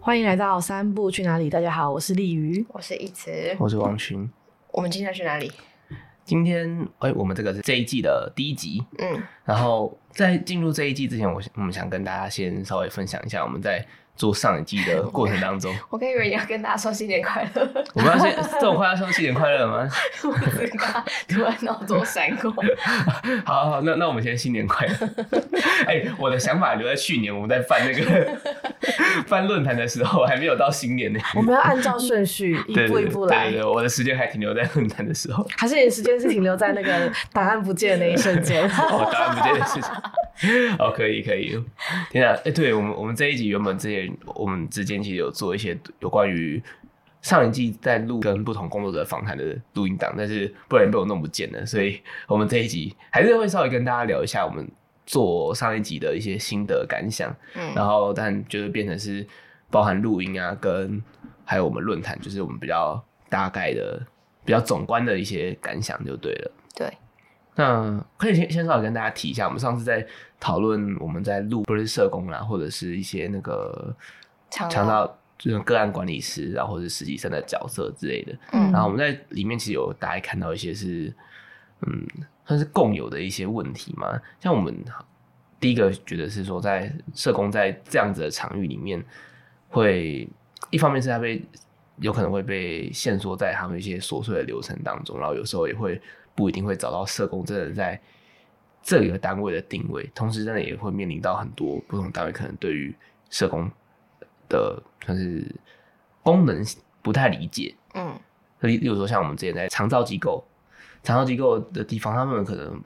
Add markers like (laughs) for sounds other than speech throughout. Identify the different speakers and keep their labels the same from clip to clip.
Speaker 1: 欢迎来到三步去哪里？大家好，我是丽鱼。
Speaker 2: 我是一慈。
Speaker 3: 我是王群。
Speaker 2: 我们今天要去哪里？
Speaker 3: 今天，哎、我们这个是这一季的第一集。
Speaker 2: 嗯，
Speaker 3: 然后在进入这一季之前，我我们想跟大家先稍微分享一下我们在做上一季的过程当中，
Speaker 2: 我刚以为你要跟大家说新年快乐， (laughs)
Speaker 3: 我们要先这种话要说新年快乐吗？
Speaker 2: 我只是刚刚突然脑中闪
Speaker 3: (laughs)
Speaker 2: 过。
Speaker 3: 好好好，那那我们先新年快乐。 (laughs) 哎、我的想法留在去年，我们在办那个办论坛的时候，还没有到新年呢。
Speaker 1: 我们要按照顺
Speaker 3: (laughs)
Speaker 1: 序一
Speaker 3: 对
Speaker 1: 步
Speaker 3: 对
Speaker 1: 一
Speaker 3: 对
Speaker 1: 步来
Speaker 3: 对，对，我的时间还停留在论坛的时候。
Speaker 1: 还是你时间是停留在那个答案不见的那一瞬
Speaker 3: (laughs)
Speaker 1: 间？
Speaker 3: 哦，当然不这件事情。哦，可以可以。天啊，哎、对我们我们这一集原本之前我们之间其实有做一些有关于上一季在录跟不同工作者访谈的录音档，但是不然被我弄不见了，所以我们这一集还是会稍微跟大家聊一下我们做上一集的一些心得感想，
Speaker 2: 嗯
Speaker 3: 然后但就是变成是包含录音啊，跟还有我们论坛，就是我们比较大概的、比较总观的一些感想就对了。
Speaker 2: 对，
Speaker 3: 那可以先先稍微跟大家提一下，我们上次在讨论我们在录不是社工啦，或者是一些那个
Speaker 2: 长
Speaker 3: 强到就是个案管理师，然后或者实习生的角色之类的。
Speaker 2: 嗯
Speaker 3: 然后我们在里面其实有大家看到一些是，嗯，算是共有的一些问题嘛。像我们第一个觉得是说，在社工在这样子的场域里面，会一方面是他被有可能会被限缩在他们一些琐碎的流程当中，然后有时候也会不一定会找到社工真的在这个单位的定位，同时真的也会面临到很多不同单位可能对于社工的算是功能不太理解，
Speaker 2: 嗯
Speaker 3: 例例如说像我们之前在长照机构，长照机构的地方，他们可能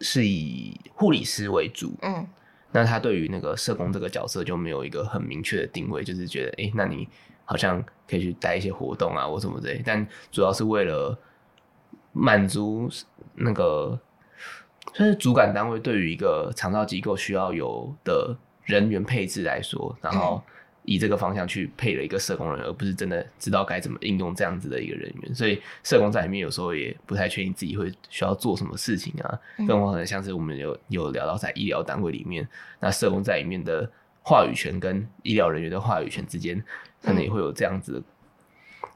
Speaker 3: 是以护理师为主，
Speaker 2: 嗯
Speaker 3: 那他对于那个社工这个角色就没有一个很明确的定位，就是觉得，诶，那你好像可以去带一些活动啊，或什么之类，但主要是为了满足那个，就是主管单位对于一个长照机构需要有的人员配置来说，然后以这个方向去配了一个社工人员，而不是真的知道该怎么应用这样子的一个人员，所以社工在里面有时候也不太确定自己会需要做什么事情啊，
Speaker 2: 嗯
Speaker 3: 更何况像是我们有有聊到在医疗单位里面，那社工在里面的话语权跟医疗人员的话语权之间，可能也会有这样子的，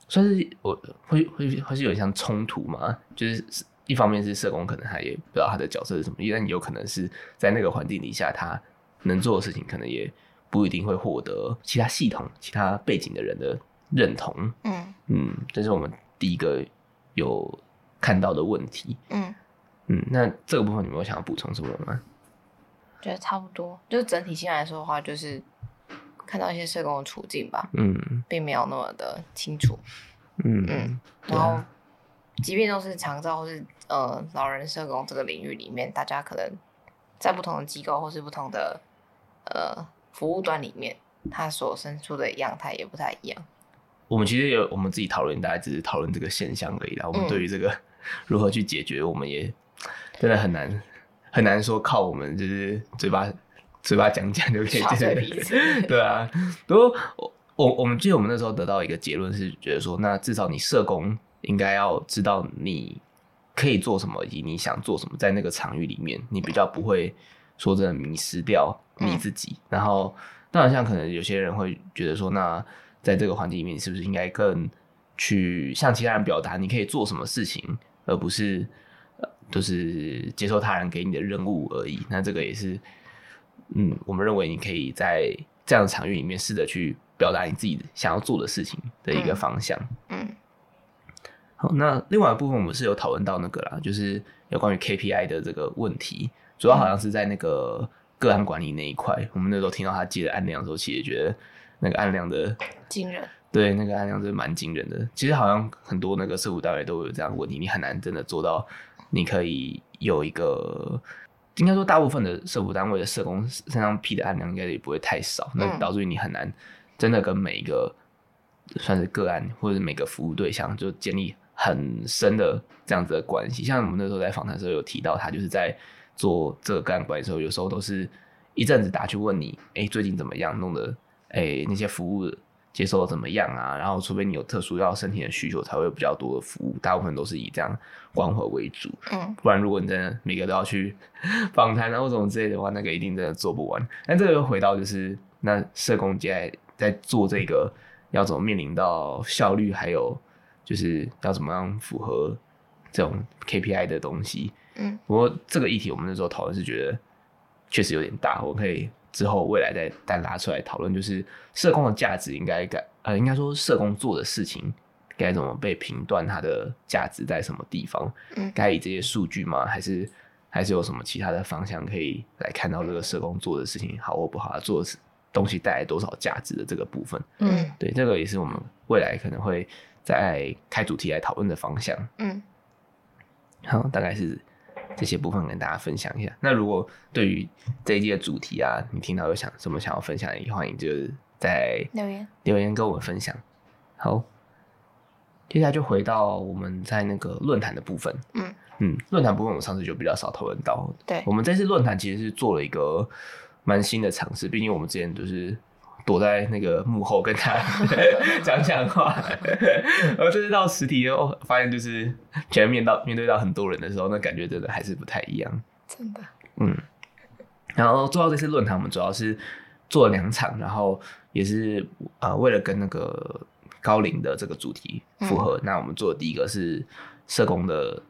Speaker 3: 算是我会会会是有点像冲突嘛，就是一方面是社工可能他也不知道他的角色是什么，但有可能是在那个环境底下，他能做的事情可能也不一定会获得其他系统、其他背景的人的认同，
Speaker 2: 嗯
Speaker 3: 嗯，这是我们第一个有看到的问题。
Speaker 2: 嗯，
Speaker 3: 嗯，那这个部分你们有想要补充什么吗？
Speaker 2: 觉得差不多。就是整体性来说的话，就是看到一些社工的处境吧，
Speaker 3: 嗯
Speaker 2: 并没有那么的清楚。嗯
Speaker 3: 嗯，对
Speaker 2: 然
Speaker 3: 啊
Speaker 2: 后，即便都是长照或是呃老人社工这个领域里面，大家可能在不同的机构或是不同的呃服务端里面，他所生出的样态也不太一样。
Speaker 3: 我们其实有我们自己讨论，大家只是讨论这个现象而已啦。我
Speaker 2: 嗯
Speaker 3: 们对于这个 (laughs) 如何去解决，我们也真的很难很难说靠我们就是嘴巴嘴巴讲讲就可以
Speaker 2: 耍嘴
Speaker 3: 解
Speaker 2: 皮子
Speaker 3: 决。 (laughs) 对啊，不过我我我们记得我们那时候得到一个结论是觉得说，那至少你社工应该要知道你可以做什么以及你想做什么，在那个场域里面，你比较不会说真的迷失掉你自己。然后，当然像可能有些人会觉得说，那在这个环境里面，你是不是应该更去向其他人表达你可以做什么事情，而不是呃就是接受他人给你的任务而已？那这个也是，嗯，我们认为你可以在这样的场域里面试着去表达你自己想要做的事情的一个
Speaker 2: 嗯
Speaker 3: 方向。
Speaker 2: 嗯
Speaker 3: 好，那另外一部分我们是有讨论到那个啦，就是有关于 KPI 的这个问题，主要好像是在那个个案管理那一块。我们那时候听到他接的案量的时候，其实也觉得那个案量的，
Speaker 2: 惊人。
Speaker 3: 对那个案量真的蛮惊人的。其实好像很多那个社服单位都有这样的问题，你很难真的做到，你可以有一个。应该说，大部分的社服单位的社工身上批的案量应该也不会太少，那
Speaker 2: 嗯
Speaker 3: 导致于你很难真的跟每一个算是个案或者每个服务对象就建立很深的这样子的关系。像我们那时候在访谈的时候有提到，他就是在做这个个案管理的时候，有时候都是一阵子打去问你，哎、最近怎么样，弄得哎、诶那些服务接受得怎么样啊？然后除非你有特殊要身体的需求，才会有比较多的服务，大部分都是以这样关怀为主。
Speaker 2: 嗯
Speaker 3: 不然如果你真的每个都要去 (laughs) 访谈啊或什么之类的话，那个一定真的做不完。那这个又回到就是那社工接在在做这个要怎么面临到效率，还有就是要怎么样符合这种 KPI 的东西。
Speaker 2: 嗯，
Speaker 3: 不过这个议题我们那时候讨论是觉得确实有点大，我可以之后未来再单拉出来讨论，就是社工的价值应该该呃，应该说社工做的事情该怎么被评断，它的价值在什么地方？
Speaker 2: 嗯
Speaker 3: 该以这些数据吗？还是还是有什么其他的方向可以来看到这个社工做的事情好或不好，他做的东西带来多少价值的这个部分？
Speaker 1: 嗯，
Speaker 3: 对，这个也是我们未来可能会在开主题来讨论的方向。
Speaker 2: 嗯
Speaker 3: 好，大概是这些部分跟大家分享一下。那如果对于这一季的主题啊，你听到有想什么想要分享的，也欢迎就是在
Speaker 2: 留言
Speaker 3: 留言跟我们分享。好，接下来就回到我们在那个论坛的部分。
Speaker 2: 嗯
Speaker 3: 嗯，论坛部分我们上次就比较少讨论到。
Speaker 2: 对
Speaker 3: 我们这次论坛其实是做了一个蛮新的尝试，毕竟我们之前就是躲在那个幕后跟他 (laughs) 讲讲话，而这次到实体哦，发现就是全面到面对到很多人的时候，那感觉真的还是不太一样。
Speaker 2: 真的，
Speaker 3: 嗯，然后做到这次论坛，我们主要是做了两场，然后也是呃为了跟那个高龄的这个主题符合，那我们做的第一个是社工的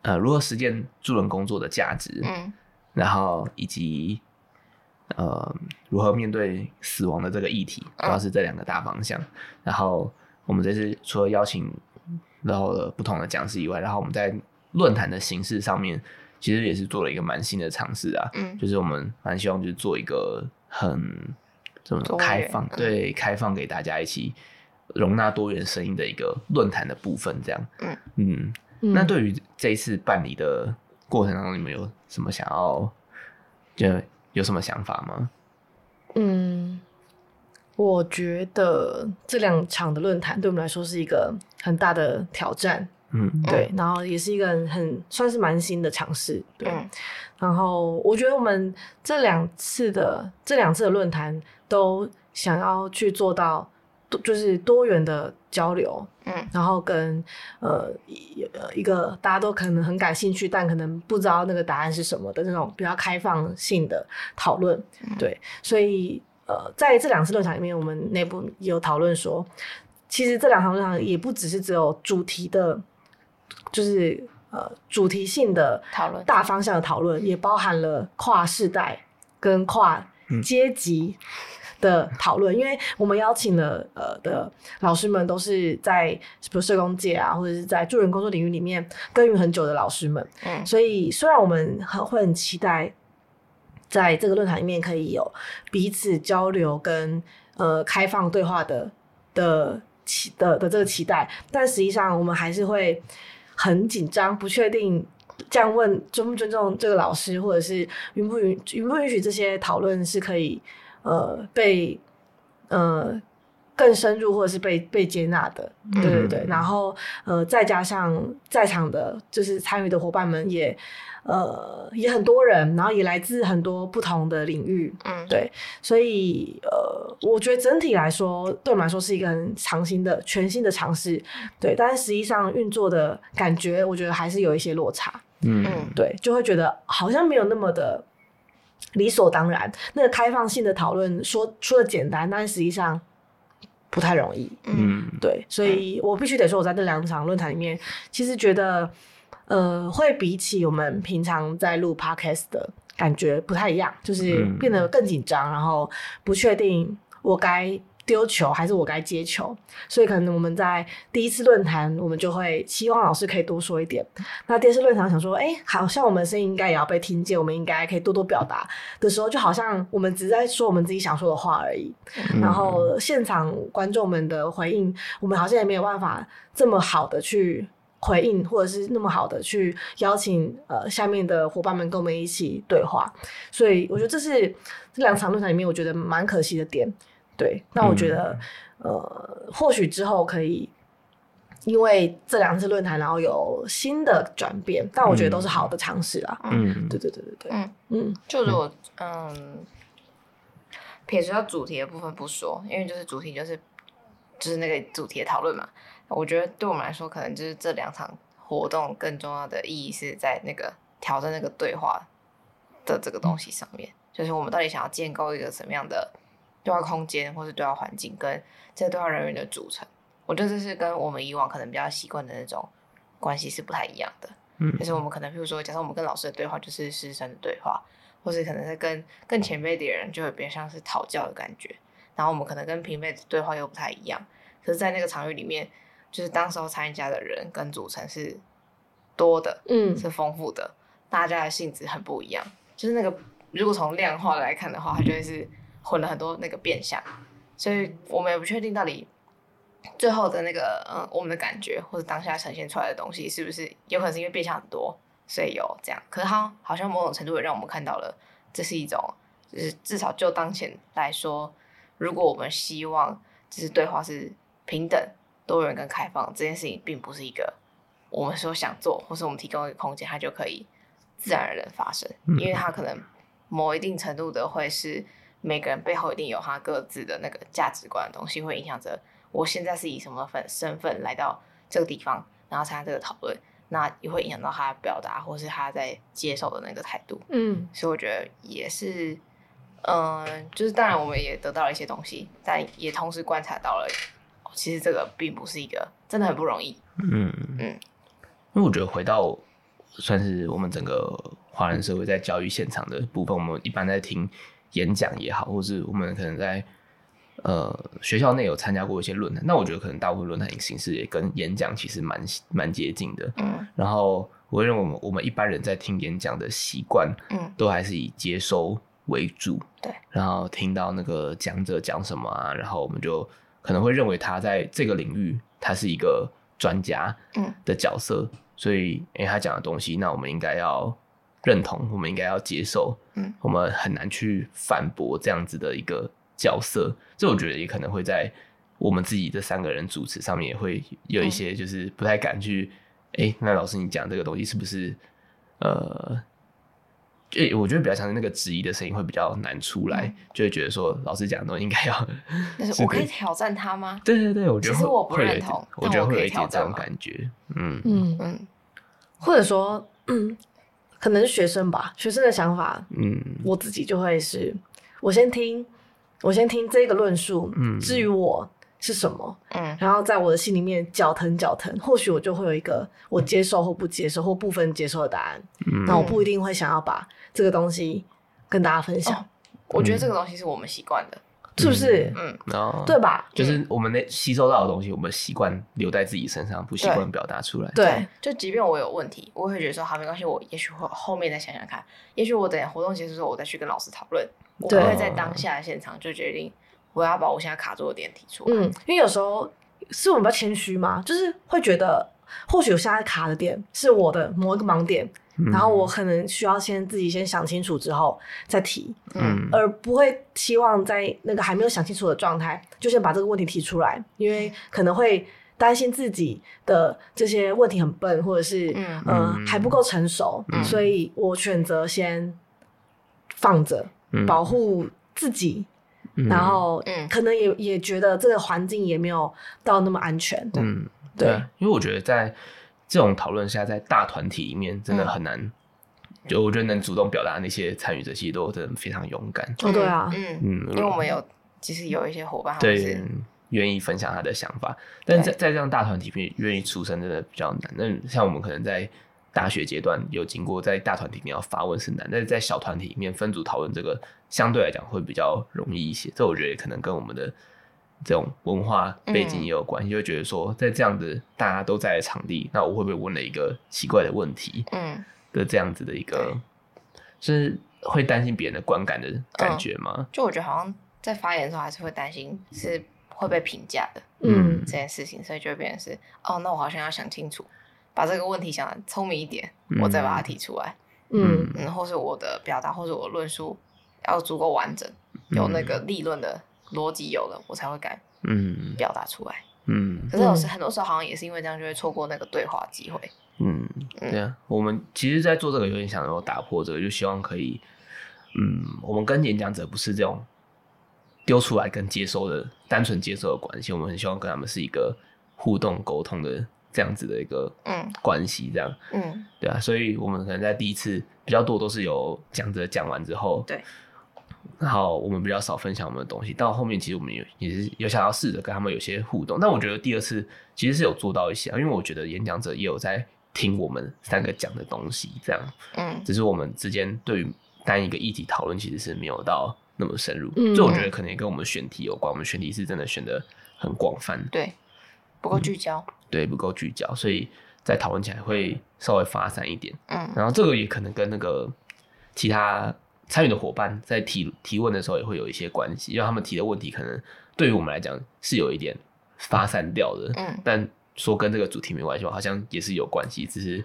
Speaker 3: 呃如何实践助人工作的价值，
Speaker 2: 嗯
Speaker 3: 然后以及呃如何面对死亡的这个议题，
Speaker 2: 啊
Speaker 3: 主要是这两个大方向。然后我们这次除了邀请到了不同的讲师以外，然后我们在论坛的形式上面，其实也是做了一个蛮新的尝试啊。
Speaker 2: 嗯
Speaker 3: 就是我们蛮希望就是做一个很怎么说
Speaker 2: 多元
Speaker 3: 开放，
Speaker 2: 嗯
Speaker 3: 对，开放给大家一起容纳多元声音的一个论坛的部分，这样。
Speaker 2: 嗯
Speaker 3: 嗯，
Speaker 1: 嗯
Speaker 3: 那对于这一次办理的过程当中，你们有什么想要就有什么想法吗？
Speaker 1: 嗯，我觉得这两场的论坛对我们来说是一个很大的挑战，
Speaker 3: 嗯
Speaker 1: 对，然后也是一个很很算是蛮新的尝试，对。
Speaker 2: 嗯
Speaker 1: 然后我觉得我们这两次的这两次的论坛都想要去做到多，就是多元的交流，
Speaker 2: 嗯
Speaker 1: 然后跟呃一呃一个大家都可能很感兴趣，但可能不知道那个答案是什么的那种比较开放性的讨论，
Speaker 2: 嗯
Speaker 1: 对，所以呃，在这两次论坛里面，我们内部也有讨论说，其实这两场论坛也不只是只有主题的，就是呃主题性的
Speaker 2: 讨论
Speaker 1: 大方向的讨论，也包含了跨世代跟跨阶级的讨论，因为我们邀请了呃的老师们都是在比如社工界啊，或者是在助人工作领域里面耕耘很久的老师们，
Speaker 2: 嗯
Speaker 1: 所以虽然我们很会很期待在这个论坛里面可以有彼此交流跟呃开放对话的的期的的这个期待，但实际上我们还是会很紧张，不确定。这样问尊不尊重这个老师，或者是允不允允不允许这些讨论是可以呃被呃更深入或者是被被接纳的，对对对。
Speaker 3: 嗯
Speaker 1: 然后呃再加上在场的就是参与的伙伴们也呃也很多人，然后也来自很多不同的领域，
Speaker 2: 嗯
Speaker 1: 对所以呃，我觉得整体来说，对我们来说是一个很长新的、全新的尝试，对。但是实际上运作的感觉，我觉得还是有一些落差，
Speaker 3: 嗯
Speaker 2: 嗯
Speaker 1: 对，就会觉得好像没有那么的理所当然。那个开放性的讨论说说的简单，但实际上不太容易，
Speaker 2: 嗯
Speaker 1: 对。所以我必须得说，我在这两场论坛里面，其实觉得呃，会比起我们平常在录 podcast 的感觉不太一样，就是
Speaker 3: 嗯
Speaker 1: 变得更紧张，然后不确定我该丢球还是我该接球，所以可能我们在第一次论坛，我们就会希望老师可以多说一点。那第二次论坛想说，哎、好像我们的声音应该也要被听见，我们应该可以多多表达的时候，就好像我们只是在说我们自己想说的话而已。
Speaker 3: 嗯
Speaker 1: 然后现场观众们的回应，我们好像也没有办法这么好的去回应，或者是那么好的去邀请呃下面的伙伴们跟我们一起对话，所以我觉得这是这两场论坛里面我觉得蛮可惜的点。对，那我觉得、呃，或许之后可以。因为这两次论坛，然后有新的转变，但我觉得都是好的尝试啦。
Speaker 3: 嗯
Speaker 1: 对对对对对，
Speaker 2: 嗯，
Speaker 1: 嗯
Speaker 2: 就是我嗯，撇除掉主题的部分不说，因为就是主题就是就是那个主题的讨论嘛。我觉得对我们来说，可能就是这两场活动更重要的意义是在那个挑战那个对话的这个东西上面，就是我们到底想要建构一个什么样的对话空间或是对话环境跟这个对话人员的组成，我觉得这是跟我们以往可能比较习惯的那种关系是不太一样的。
Speaker 3: 嗯
Speaker 2: 就是我们可能，譬如说，假设我们跟老师的对话就是师生的对话，或是可能在跟更前辈的人就会比较像是讨教的感觉。然后我们可能跟平辈的对话又不太一样。可是，在那个场域里面，就是当时候参加的人跟组成是多的，
Speaker 1: 嗯
Speaker 2: 是丰富的，大家的性质很不一样。就是那个，如果从量化来看的话，它就会是混了很多那个变相，所以我们也不确定到底最后的那个，嗯，我们的感觉或者当下呈现出来的东西，是不是有可能是因为变相很多，所以有这样。可是它好像某种程度也让我们看到了，这是一种，就是至少就当前来说，如果我们希望就是对话是平等、多元跟开放，这件事情并不是一个我们说想做，或是我们提供一个空间，它就可以自然而然地发生，
Speaker 3: 嗯
Speaker 2: 因为它可能某一定程度的会是每个人背后一定有他各自的那个价值观的东西，会影响着我现在是以什么份身份来到这个地方，然后参加这个讨论，那也会影响到他的表达或是他在接受的那个态度。
Speaker 1: 嗯
Speaker 2: 所以我觉得也是，嗯、就是当然我们也得到了一些东西，但也同时观察到了，哦其实这个并不是一个真的很不容易。
Speaker 3: 嗯
Speaker 2: 嗯
Speaker 3: 因为我觉得回到算是我们整个华人社会在教育现场的部分，我们一般在听演讲也好，或是我们可能在呃学校内有参加过一些论坛，那我觉得可能大部分论坛形式也跟演讲其实蛮蛮接近的。
Speaker 2: 嗯
Speaker 3: 然后我认为我们我们一般人在听演讲的习惯，
Speaker 2: 嗯
Speaker 3: 都还是以接收为主。
Speaker 2: 对，
Speaker 3: 然后听到那个讲者讲什么啊，然后我们就可能会认为他在这个领域他是一个专家
Speaker 2: 嗯
Speaker 3: 的角色，所以因为他讲的东西，那我们应该要认同，我们应该要接受，
Speaker 2: 嗯，
Speaker 3: 我们很难去反驳这样子的一个角色。这我觉得也可能会在我们自己这三个人主持上面也会有一
Speaker 2: 嗯
Speaker 3: 些，就是不太敢去，哎、那老师你讲这个东西是不是呃？就我觉得比较像是那个质疑的声音会比较难出来，
Speaker 2: 嗯，
Speaker 3: 就会觉得说老师讲的东西应该要
Speaker 2: 但是
Speaker 3: 这
Speaker 2: 我
Speaker 3: 个
Speaker 2: 可以挑战他吗？
Speaker 3: 对对对，我觉得
Speaker 2: 其实
Speaker 3: 会
Speaker 2: 我不
Speaker 3: 会有
Speaker 2: 认
Speaker 3: 一点
Speaker 2: 同
Speaker 3: 我
Speaker 2: 但
Speaker 3: 觉得
Speaker 2: 我可
Speaker 3: 会有
Speaker 2: 以
Speaker 3: 一
Speaker 2: 挑
Speaker 3: 点这种
Speaker 2: 战嘛
Speaker 3: 感觉，嗯
Speaker 1: 嗯，
Speaker 2: 嗯
Speaker 1: 或者说， (clears throat) 嗯，可能是学生吧，学生的想法，
Speaker 3: 嗯
Speaker 1: 我自己就会是，我先听，我先听这个论述，
Speaker 3: 嗯
Speaker 1: 至于我是什么，
Speaker 2: 嗯
Speaker 1: 然后在我的心里面绞疼绞疼，或许我就会有一个我接受或不接受或部分接受的答案，
Speaker 3: 嗯，
Speaker 1: 那、我不一定会想要把这个东西跟大家分享，
Speaker 2: 哦我觉得这个东西是我们习惯的。
Speaker 1: 是不是？
Speaker 2: 嗯
Speaker 3: 哦
Speaker 1: 对吧？
Speaker 3: 就是我们那吸收到的东西，我们习惯留在自己身上，不习惯表达出来。
Speaker 1: 对，
Speaker 2: 就即便我有问题，我会觉得说好没关系，我也许会后面再想想看，也许我等活动结束之后我再去跟老师讨论，我不
Speaker 1: 对
Speaker 2: 会在当下的现场就决定我要把我现在卡住的点提出来。
Speaker 1: 嗯，因为有时候是我们比较谦虚嘛，就是会觉得，或许我现在卡的点是我的某一个盲点，
Speaker 3: 嗯
Speaker 1: 然后我可能需要先自己先想清楚之后再提，
Speaker 2: 嗯
Speaker 3: 嗯
Speaker 1: 而不会期望在那个还没有想清楚的状态，就先把这个问题提出来，因为可能会担心自己的这些问题很笨，或者是
Speaker 2: 嗯
Speaker 1: 呃
Speaker 3: 嗯
Speaker 1: 还不够成熟，
Speaker 2: 嗯
Speaker 1: 所以我选择先放着，
Speaker 3: 嗯
Speaker 1: 保护自己，
Speaker 3: 嗯
Speaker 1: 然后
Speaker 2: 嗯
Speaker 1: 可能也也觉得这个环境也没有到那么安全，
Speaker 3: 嗯，
Speaker 1: 对
Speaker 3: 对，因为我觉得在这种讨论下，在大团体里面
Speaker 2: 嗯
Speaker 3: 真的很难，就我觉得能主动表达那些参与者，其实都真的非常勇敢。
Speaker 1: 哦对啊，
Speaker 2: 嗯，
Speaker 3: 嗯，
Speaker 2: 因为我们有其实有一些伙伴他们
Speaker 3: 对
Speaker 2: 是
Speaker 3: 愿意分享他的想法，但是在
Speaker 2: 对
Speaker 3: 在这样大团体里面，愿意出声真的比较难。那像我们可能在大学阶段有经过在大团体里面要发问是难，但是在小团体里面分组讨论这个相对来讲会比较容易一些。这我觉得也可能跟我们的这种文化背景也有关系，就会觉得说在这样的大家都在的场地，那我会不会问了一个奇怪的问题
Speaker 2: 嗯
Speaker 3: 的这样子的一个，就是会担心别人的观感的感觉吗？
Speaker 2: 就我觉得好像在发言的时候还是会担心是会被评价的
Speaker 1: 嗯
Speaker 3: 嗯
Speaker 2: 这件事情，所以就会变成是哦，那我好像要想清楚，把这个问题想得聪明一点，我再把它提出来，
Speaker 1: 嗯
Speaker 2: 嗯或是我的表达或者我的论述要足够完整，有那个立论的逻辑有了，我才会敢
Speaker 3: 嗯
Speaker 2: 表达出来。
Speaker 3: 嗯
Speaker 2: 可是有时很多时候好像也是因为这样就会错过那个对话机会。
Speaker 3: 嗯，
Speaker 2: 嗯
Speaker 3: 对啊，我们其实，在做这个有点想要打破这个，就希望可以，嗯，我们跟演讲者不是这种丢出来跟接收的单纯接收的关系，我们很希望跟他们是一个互动沟通的这样子的一个
Speaker 2: 嗯
Speaker 3: 关系，这样
Speaker 2: 嗯
Speaker 3: 对啊，所以我们可能在第一次比较多都是由讲者讲完之后，
Speaker 2: 对，
Speaker 3: 然后我们比较少分享我们的东西。到后面其实我们有也是有想要试着跟他们有些互动，但我觉得第二次其实是有做到一些啊，因为我觉得演讲者也有在听我们三个讲的东西，这样
Speaker 2: 嗯
Speaker 3: 只是我们之间对于单一个议题讨论其实是没有到那么深入，
Speaker 1: 嗯
Speaker 3: 所以我觉得可能也跟我们选题有关，我们选题是真的选的很广泛，
Speaker 2: 对，不够聚焦，
Speaker 3: 对，不够聚焦，所以在讨论起来会稍微发散一点。
Speaker 2: 嗯
Speaker 3: 然后这个也可能跟那个其他参与的伙伴在提提问的时候也会有一些关系，因为他们提的问题可能对于我们来讲是有一点发散掉的，
Speaker 2: 嗯
Speaker 3: 但说跟这个主题没关系吧，好像也是有关系，只是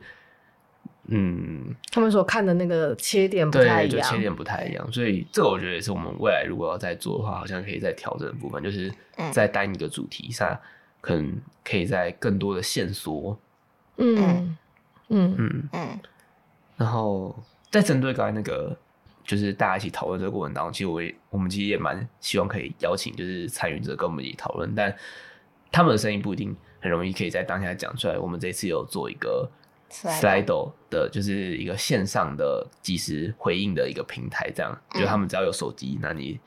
Speaker 3: 嗯，
Speaker 1: 他们所看的那个切点不太
Speaker 3: 对，
Speaker 1: 一
Speaker 3: 就
Speaker 1: 样
Speaker 3: 切。点不太一样，所以这个我觉得也是我们未来如果要再做的话，好像可以再调整的部分，就是
Speaker 2: 嗯
Speaker 3: 在单一个主题上，可能可以在更多的线索，
Speaker 1: 嗯嗯
Speaker 3: 嗯。
Speaker 2: 嗯
Speaker 3: 然后在针对刚才那个，就是大家一起讨论这个过程当中，其实我也我们其实也蛮希望可以邀请就是参与者跟我们一起讨论，但他们的声音不一定很容易可以在当下讲出来。我们这次有做一个
Speaker 2: Slido
Speaker 3: Slido 的，就是一个线上的即时回应的一个平台，这样
Speaker 2: 嗯
Speaker 3: 就他们只要有手机，那你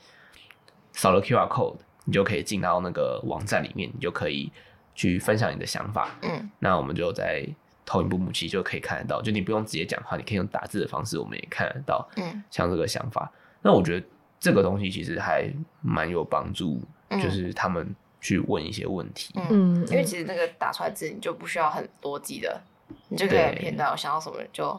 Speaker 3: 扫了 QR code，你就可以进到那个网站里面，你就可以去分享你的想法，
Speaker 2: 嗯
Speaker 3: 那我们就在投影幕幕期就可以看得到，就你不用直接讲话，你可以用打字的方式，我们也看得到
Speaker 2: 嗯
Speaker 3: 像这个想法。那我觉得这个东西其实还蛮有帮助，
Speaker 2: 嗯
Speaker 3: 就是他们去问一些问题。
Speaker 2: 嗯，
Speaker 1: 嗯，
Speaker 2: 因为其实那个打出来字你就不需要很逻辑的，你就可以很
Speaker 3: 对
Speaker 2: 片段，我想到什么就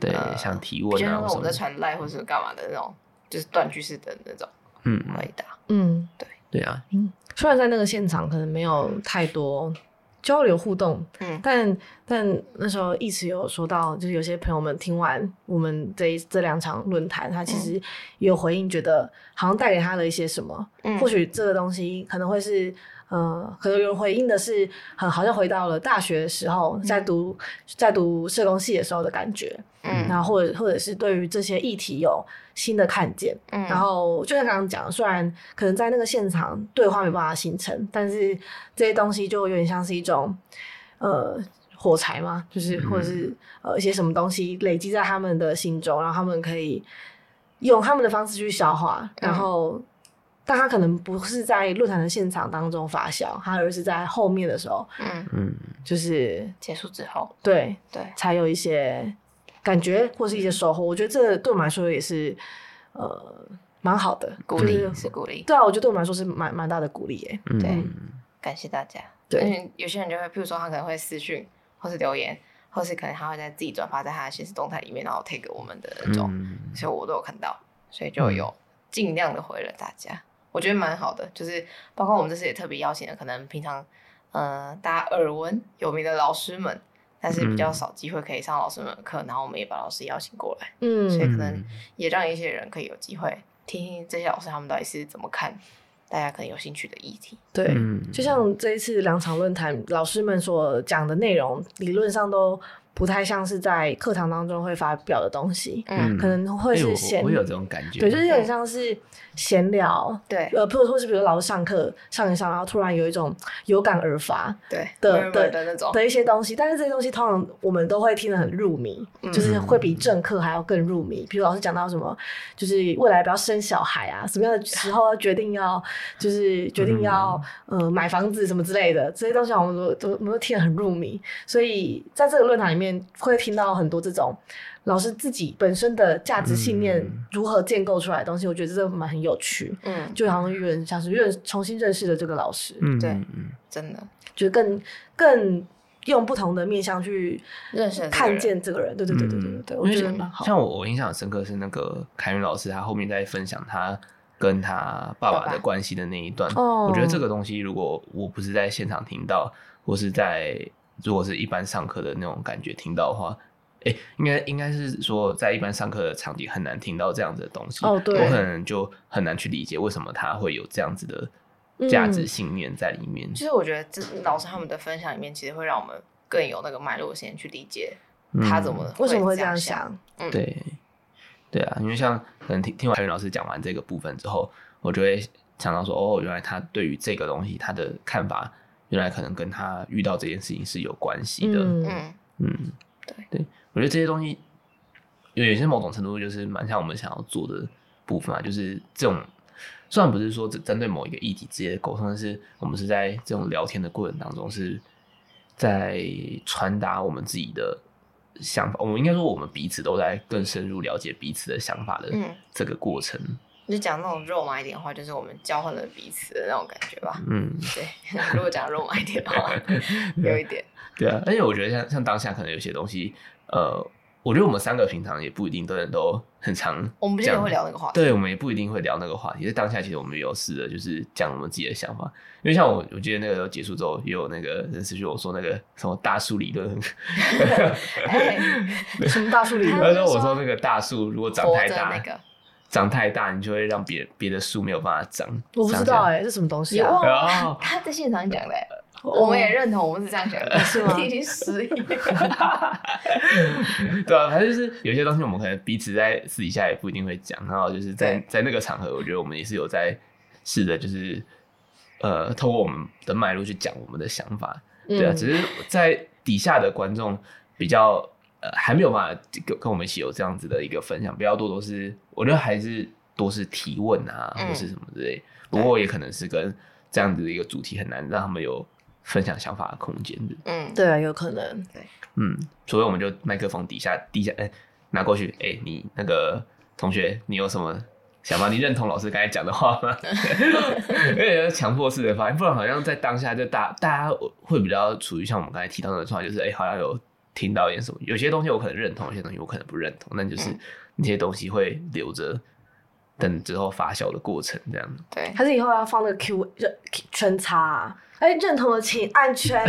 Speaker 3: 对，
Speaker 2: 呃
Speaker 3: 像提
Speaker 2: 就
Speaker 3: 问
Speaker 2: 像
Speaker 3: 啊
Speaker 2: 是
Speaker 3: 什
Speaker 2: 我
Speaker 3: 么
Speaker 2: 们
Speaker 3: 的
Speaker 2: 在，传赖或者是干嘛的那种，就是断句式的那种
Speaker 3: 嗯，
Speaker 2: 回答。
Speaker 1: 嗯
Speaker 3: 对啊，
Speaker 1: 嗯，虽然在那个现场可能没有太多交流互动，
Speaker 2: 嗯
Speaker 1: 但但那时候一直有说到，就是有些朋友们听完我们这一这两场论坛，他其
Speaker 2: 嗯
Speaker 1: 实也有回应，觉得好像带给他了一些什么。
Speaker 2: 嗯，
Speaker 1: 或许这个东西可能会是，呃，可能有人回应的是，很好像回到了大学的时候，在读在读社工系的时候的感觉，
Speaker 2: 嗯
Speaker 1: 然后或者或者是对于这些议题有新的看见。
Speaker 2: 嗯，
Speaker 1: 然后就像刚刚讲的，虽然可能在那个现场对话没办法形成，但是这些东西就有点像是一种呃火柴嘛，就是
Speaker 3: 嗯
Speaker 1: 或者是呃一些什么东西累积在他们的心中，然后他们可以用他们的方式去消化，然后。但他可能不是在论坛的现场当中发酵，他而是在后面的时候，
Speaker 2: 嗯
Speaker 3: 嗯，
Speaker 1: 就是
Speaker 2: 结束之后，
Speaker 1: 对
Speaker 2: 对，
Speaker 1: 才有一些感觉或是一些收获。我觉得这对我们来说也是呃蛮好的，
Speaker 2: 鼓
Speaker 1: 就
Speaker 2: 励
Speaker 1: 是
Speaker 2: 是鼓励，
Speaker 1: 对啊，我觉得对我们来说是蛮蛮大的鼓励耶。
Speaker 3: 嗯
Speaker 2: 对
Speaker 3: 嗯
Speaker 2: 感谢大家。
Speaker 1: 对
Speaker 2: 因为有些人就会，譬如说他可能会私讯，或是留言，或是可能他会在自己转发在他的现实动态里面，然后 take 我们的那种，
Speaker 3: 嗯
Speaker 2: 所以我都有看到，所以
Speaker 1: 嗯
Speaker 2: 就有尽量的回了大家，我觉得蛮好的。就是包括我们这次也特别邀请了，可能平常呃大家耳闻有名的老师们。但是比较
Speaker 3: 嗯
Speaker 2: 少机会可以上老师们的课，然后我们也把老师邀请过来，所以
Speaker 1: 嗯
Speaker 2: 可能也让一些人可以有机会听听这些老师他们到底是怎么看大家可能有兴趣的议题。
Speaker 1: 对，
Speaker 3: 嗯
Speaker 1: 就像这一次两场论坛，老师们所讲的内容，理论上都不太像是在课堂当中会发表的东西，
Speaker 2: 嗯，
Speaker 1: 可能会
Speaker 3: 哎
Speaker 1: 是
Speaker 3: 我
Speaker 1: 闲，
Speaker 3: 我有这种感觉，
Speaker 1: 对，就是有点像是闲聊。
Speaker 2: 对
Speaker 1: 呃，或者或是比如老师上课上一上，然后突然有一种有感而发
Speaker 2: 对
Speaker 1: 的
Speaker 2: 温柔
Speaker 1: 的
Speaker 2: 的那种，
Speaker 1: 的一些东西，但是这些东西通常我们都会听得很入迷，
Speaker 2: 嗯
Speaker 1: 就是会比正课还要更入迷。比如老师讲到什么，就是未来不要生小孩啊，什么样的时候要决定要，就是决定要、呃买房子什么之类的，这些东西我们都都我们都听得很入迷。所以在这个论坛里面，会听到很多这种老师自己本身的价值信念
Speaker 3: 嗯
Speaker 1: 如何建构出来的东西，我觉得这蛮很有趣，
Speaker 2: 嗯，
Speaker 1: 就好像有点像是认重新认识了这个老师，
Speaker 3: 嗯
Speaker 2: 对
Speaker 3: 嗯嗯
Speaker 2: 真的
Speaker 1: 就是更更用不同的面向去
Speaker 2: 认识了这个
Speaker 1: 看
Speaker 2: 人
Speaker 1: 见这个人。对对对对对对对，
Speaker 3: 嗯
Speaker 1: 我觉得
Speaker 3: 因为
Speaker 1: 蛮好。
Speaker 3: 像我我印象很深刻是那个凯云老师，他后面在分享他跟他爸
Speaker 2: 爸
Speaker 3: 爸
Speaker 2: 爸
Speaker 3: 的关系的那一段，
Speaker 1: 哦
Speaker 3: 我觉得这个东西如果我不是在现场听到，或是在如果是一般上课的那种感觉听到的话。哎、应该应该是说，在一般上课的场景很难听到这样子的东西，
Speaker 1: 哦对
Speaker 3: 我可能就很难去理解为什么他会有这样子的价
Speaker 1: 嗯
Speaker 3: 值信念在里面。
Speaker 2: 就是我觉得这老师他们的分享里面，其实会让我们更有那个脉络先去理解
Speaker 3: 嗯
Speaker 2: 他怎么、
Speaker 1: 为什么会这样
Speaker 2: 样？
Speaker 1: 想？
Speaker 3: 对，对啊，因为像可能听听完凯云老师讲完这个部分之后，我就会想到说，哦，原来他对于这个东西他的看法，原来可能跟他遇到这件事情是有关系的。嗯
Speaker 1: 嗯
Speaker 2: 嗯
Speaker 3: 对，我觉得这些东西有有些某种程度就是蛮像我们想要做的部分啊，就是这种虽然不是说只针对某一个议题直接沟通，但是我们是在这种聊天的过程当中是在传达我们自己的想法，我们应该说我们彼此都在更深入了解彼此的想法的
Speaker 2: 嗯，
Speaker 3: 这个过程，
Speaker 2: 就讲那种肉麻一点的话，就是我们交换了彼此的那种感觉吧。
Speaker 3: 嗯
Speaker 2: 对， (laughs) 如果讲肉麻一点的话，有一点，
Speaker 3: 对啊，而且我觉得像像当下可能有些东西，呃，我觉得我们三个平常也不一定都能都很常，
Speaker 2: 我们不是也会聊那个话题。
Speaker 3: 对，我们也不一定会聊那个话题。在当下，其实我们也有试着就是讲我们自己的想法，因为像我，我记得那个时候结束之后，也有那个人私讯我说那个什么大树理论 (laughs) 很，
Speaker 2: 哎，
Speaker 1: 什么大树理
Speaker 2: 他
Speaker 3: (laughs)
Speaker 1: 论？
Speaker 3: 他
Speaker 2: 们
Speaker 3: 说我
Speaker 2: 说
Speaker 3: 说那个大树如果长
Speaker 2: 活
Speaker 3: 太
Speaker 2: 着
Speaker 3: 大，
Speaker 2: 那个
Speaker 3: 长太大，你就会让别别的树没有办法长。
Speaker 1: 我不知道
Speaker 3: 哎、
Speaker 1: 哎、欸，这什么东西
Speaker 2: 有
Speaker 3: (laughs)
Speaker 1: 啊？
Speaker 3: 哦
Speaker 2: 啊，他在现场讲的欸，我们也认同，我们是这样想的，
Speaker 1: 哦是吗
Speaker 2: 已经失忆。
Speaker 3: 对啊，反正就是有些东西我们可能彼此在私底下也不一定会讲，然后就是在
Speaker 2: 对
Speaker 3: 在那个场合，我觉得我们也是有在试着就是呃，透过我们的脉络去讲我们的想法，对啊，
Speaker 1: 嗯
Speaker 3: 只是在底下的观众比较呃还没有办法跟跟我们一起有这样子的一个分享，比较多都是我觉得还是多是提问啊
Speaker 2: 嗯
Speaker 3: 或是什么之类，不过也可能是跟这样子的一个主题很难让他们有分享想法的空间的。
Speaker 2: 嗯，
Speaker 1: 对啊，有可能。
Speaker 3: 嗯，所以我们就麦克风底下地下，哎、拿过去，哎、你那个同学，你有什么想法？你认同老师刚才讲的话吗？有点强迫式的发言，不然好像在当下就大大家会比较处于像我们刚才提到的状态，就是哎、好像有听到一点什么，有些东西我可能认同，有些东西我可能不认同，那就是
Speaker 2: 嗯
Speaker 3: 那些东西会留着。等之后发酵的过程，这样
Speaker 2: 对，
Speaker 1: 还是以后要放那个 Q 认圈叉、啊，哎，认同的请按
Speaker 3: (laughs)
Speaker 1: 圈。啊，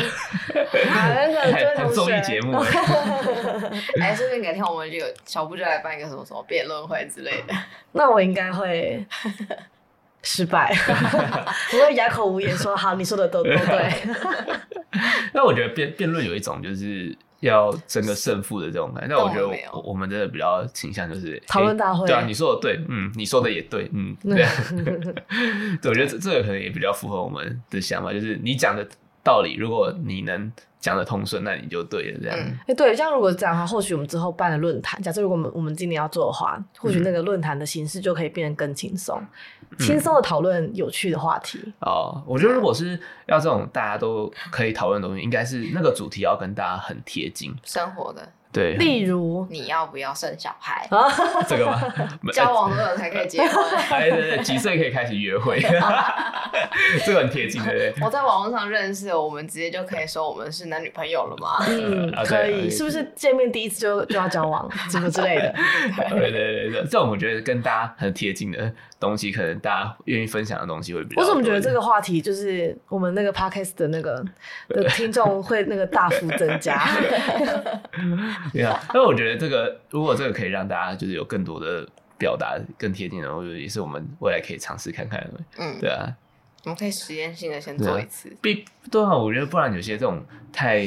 Speaker 1: 那个这位
Speaker 3: 很
Speaker 1: 同
Speaker 3: 综艺
Speaker 1: 学，
Speaker 3: 节目哎、
Speaker 2: 哎，顺便改天我们就有小布就来办一个什么什么辩论会之类的，
Speaker 1: 那我应该会失
Speaker 3: (laughs)
Speaker 1: 败， (laughs) 我会哑口无言说好，你说的都都
Speaker 3: (laughs)
Speaker 1: 对。
Speaker 3: 那我觉得辩辩论有一种就是要争个胜负的这种感觉，但我觉得
Speaker 2: 但我没有
Speaker 3: 我我们真的比较倾向就是
Speaker 1: 讨论
Speaker 3: 诶
Speaker 1: 大会
Speaker 3: 对啊，你说的对，嗯，你说的也对，嗯，对、啊， (laughs) 对，我觉得这这个可能也比较符合我们的想法，就是你讲的道理，如果你能讲得通顺，那你就对了，这样。
Speaker 2: 嗯
Speaker 1: 哎，对，这样如果这样的话，或许我们之后办的论坛，假设如果我们我们今年要做的话，或许那个论坛的形式就可以变得更轻松，轻松的讨论有趣的话题。
Speaker 3: 哦，我觉得如果是要这种大家都可以讨论的东西，应该是那个主题要跟大家很贴近，
Speaker 2: 生活的
Speaker 3: 对，
Speaker 1: 嗯例如
Speaker 2: 你要不要生小
Speaker 1: (laughs)
Speaker 2: 孩？
Speaker 1: 啊，
Speaker 2: (laughs)
Speaker 3: 这个吗？
Speaker 2: 交往多久才可以结婚？
Speaker 3: 哎，对对，几岁可以开始约会？ (laughs) 这个很贴近，对不对？
Speaker 2: 我在网络上认识，我们直接就可以说我们是男女朋友了嘛？
Speaker 1: 嗯
Speaker 3: 啊，对
Speaker 1: 可
Speaker 3: 可以
Speaker 1: 以，是不是见面第一次就就要交往，什么之类
Speaker 3: (laughs)
Speaker 1: 的？
Speaker 3: 哦对对对对，这种我觉得跟大家很贴近的东西，可能大家愿意分享的东西会比较
Speaker 1: 我
Speaker 3: 多。
Speaker 1: 怎么觉得这个话题就是我们那个 podcast 的那个的听众会那个大幅增
Speaker 3: (laughs)
Speaker 1: 加？
Speaker 3: 对啊？但我觉得这个如果这个可以让大家就是有更多的表达，更贴近的，我觉得也是我们未来可以尝试看看的。
Speaker 2: 嗯，
Speaker 3: 对啊，
Speaker 2: 我们可以实验性的先做一次。
Speaker 3: 必对啊，我觉得不然有些这种太，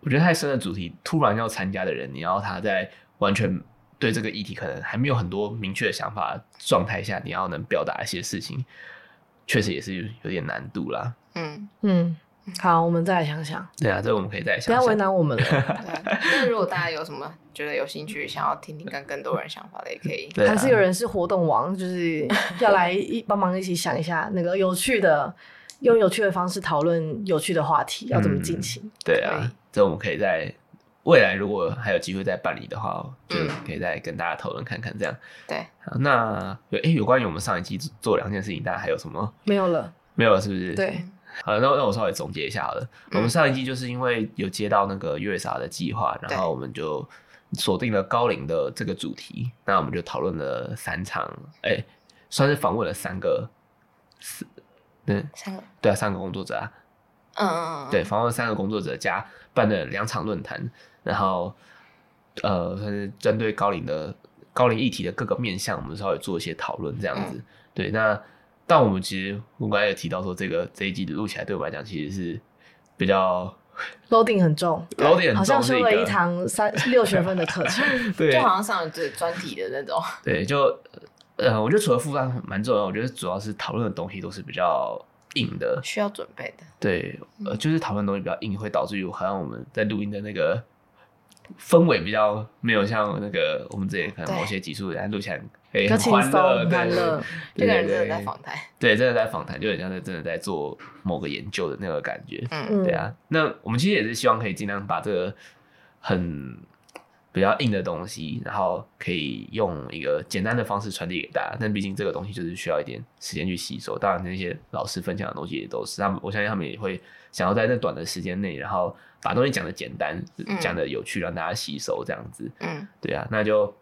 Speaker 3: 我觉得太深的主题，突然要参加的人，你要他在完全对这个议题可能还没有很多明确的想法的状态下，你要能表达一些事情，确实也是有点难度啦。
Speaker 2: 嗯，
Speaker 1: 嗯，好，我们再来想想，
Speaker 3: 对啊，这个我们可以再
Speaker 1: 不
Speaker 3: 想
Speaker 1: 要
Speaker 3: 想。
Speaker 1: 为难我们了，
Speaker 2: 对。啊那如果大家有什么觉得有兴趣，想要听听看更多人想法的，也可以。
Speaker 3: 对啊
Speaker 1: 还是有人是活动王，
Speaker 3: (laughs)
Speaker 1: 就是要来一帮忙一起想一下那个有趣的，用有趣的方式讨论有趣的话题要怎么进行。
Speaker 3: 对啊
Speaker 2: 对，
Speaker 3: 这我们可以在未来如果还有机会再办理的话，就
Speaker 2: 嗯
Speaker 3: 可以再跟大家讨论看看这样。
Speaker 2: 对
Speaker 3: 好，那有诶、有关于我们上一季做做两件事情，大家还有什么？
Speaker 1: 没有了，
Speaker 3: 没有了，是不是？。
Speaker 1: 对，
Speaker 3: 好，那那我稍微总结一下好了。
Speaker 2: 嗯
Speaker 3: 我们上一季就是因为有接到那个月啥的计划，然后
Speaker 2: 对
Speaker 3: 我们就锁定了高龄的这个主题，那我们就讨论了三场，哎、算是访问了三个，四，嗯，
Speaker 2: 三个，
Speaker 3: 对啊，三个工作者啊，
Speaker 2: 嗯嗯嗯，
Speaker 3: 对，，访问三个工作者加办了两场论坛，然后呃，算是针对高龄的高龄议题的各个面向，我们稍微做一些讨论这样子。对，那但我们其实我刚才也提到说，这个这一集录起来对我们来讲其实是比较
Speaker 1: loading 很重，
Speaker 3: 有点
Speaker 1: 好
Speaker 3: 重
Speaker 1: 像
Speaker 3: 是
Speaker 1: 修
Speaker 3: 一
Speaker 1: 了一
Speaker 3: 个，
Speaker 1: 堂三六学分的课
Speaker 3: (laughs)
Speaker 1: 程。
Speaker 3: 对
Speaker 2: 就好像上了这专题的那种。
Speaker 3: 对，就呃，我觉得除了负担蛮重要，我觉得主要是讨论的东西都是比较硬的，
Speaker 2: 需要准备的。
Speaker 3: 对，
Speaker 2: 嗯
Speaker 3: 呃，就是讨论东西比较硬，会导致于好像我们在录音的那个氛围比较没有像那个我们之前可能
Speaker 2: 对
Speaker 3: 某些集数来录起来哎，
Speaker 1: 较
Speaker 3: 很
Speaker 1: 轻
Speaker 3: 欢
Speaker 1: 松
Speaker 3: 乐，
Speaker 1: 很
Speaker 3: 对
Speaker 1: 欢乐，
Speaker 2: 这
Speaker 3: 对对对
Speaker 2: 个人真的在访谈，
Speaker 3: 对，真的在访谈，就很像在真的在做某个研究的那个感觉。
Speaker 2: 嗯，
Speaker 1: 嗯，
Speaker 3: 对，啊，那我们其实也是希望可以尽量把这个很比较硬的东西，然后可以用一个简单的方式传递给大家。但毕竟这个东西就是需要一点时间去吸收。当然，那些老师分享的东西也都是他们，我相信他们也会想要在这短的时间内，然后把东西讲的简单
Speaker 2: 嗯，
Speaker 3: 讲的有趣，让大家吸收这样子。
Speaker 2: 嗯
Speaker 3: 对啊，那就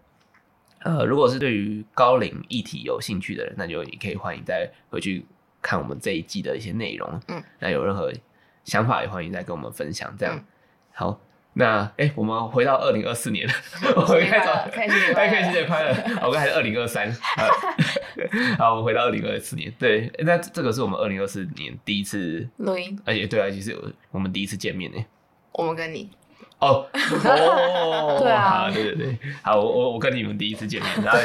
Speaker 3: 呃，如果是对于高龄议题有兴趣的人，那就也可以欢迎再回去看我们这一季的一些内容。
Speaker 2: 嗯，
Speaker 3: 那有任何想法也欢迎再跟我们分享。这样、
Speaker 2: 嗯
Speaker 3: 好，那哎、诶我们回到二零二四年，我
Speaker 2: 新
Speaker 3: 们
Speaker 2: 年快
Speaker 3: 开
Speaker 2: 乐
Speaker 3: 始
Speaker 2: 开新年快乐
Speaker 3: 大家可以新年快乐。我们还是二零二三，好，我们回到二零二四年。对，诶那这个是我们二零二四年第一次，
Speaker 2: 录音，
Speaker 3: 而且对啊，其实我们第一次见面呢。
Speaker 2: 我们跟你，
Speaker 3: 哦哦，
Speaker 1: 对啊
Speaker 3: 好对对对，好，我我我跟你们第一次见面，然后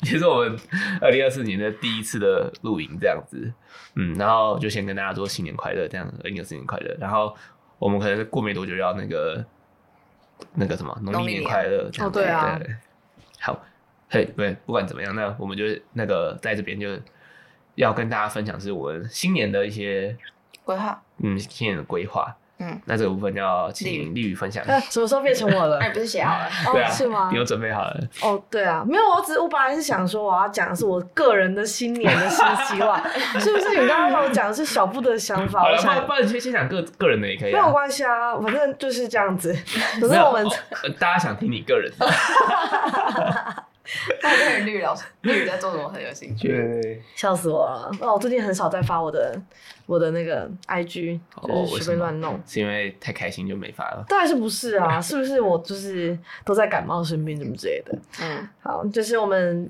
Speaker 3: 也是我 (laughs) 也是我们二零二四年的第一次的露营这样子，嗯，然后就先跟大家说新年快乐，这样二零二四年快乐，然后我们可能过没多久就要那个那个什么农
Speaker 2: 农历
Speaker 3: 历年
Speaker 2: 年
Speaker 3: 快乐这样子，
Speaker 1: 哦对啊
Speaker 3: 对，好，嘿，对，不管怎么样，那我们就那个在这边就要跟大家分享是我们新年的一些
Speaker 2: 规划，
Speaker 3: 嗯新年的规划，
Speaker 2: 嗯，
Speaker 3: 那这个部分要
Speaker 2: 丽
Speaker 3: 请
Speaker 2: 宇
Speaker 3: 丽宇分享。
Speaker 1: 啊什么时候变成我了？
Speaker 2: 哎，不是写好了， (laughs)
Speaker 1: 哦
Speaker 3: (laughs) 对啊，
Speaker 1: 是吗
Speaker 3: 你？有准备好了？
Speaker 1: 哦，对啊，没有，我只我本来是想说我要讲的是我个人的新年的新希望，
Speaker 3: (laughs)
Speaker 1: 是不是？你刚刚让我讲的是小布的想法，
Speaker 3: 好
Speaker 1: 我
Speaker 3: 了，不
Speaker 1: 想
Speaker 3: 然不然先先讲个个人的也可以、
Speaker 1: 没
Speaker 3: 啊。
Speaker 1: 有关系啊，反正就是这样
Speaker 3: (laughs)
Speaker 1: 子。可
Speaker 3: 没
Speaker 1: 是
Speaker 3: 有
Speaker 1: 我们
Speaker 3: 哦呃大家想听你个人的。
Speaker 2: 那我跟绿老师，绿在做什么很有兴趣，
Speaker 3: 对，
Speaker 1: 笑死我了！哦，我最近很少在发我的我的那个 IG，
Speaker 3: 哦
Speaker 1: 就是随
Speaker 3: 为什么
Speaker 1: 便乱弄。
Speaker 3: 是因为太开心就没法了。
Speaker 1: 当然是不是啊？是不是我就是都在感冒、生病什么之类的？
Speaker 2: 嗯
Speaker 1: 好，就是我们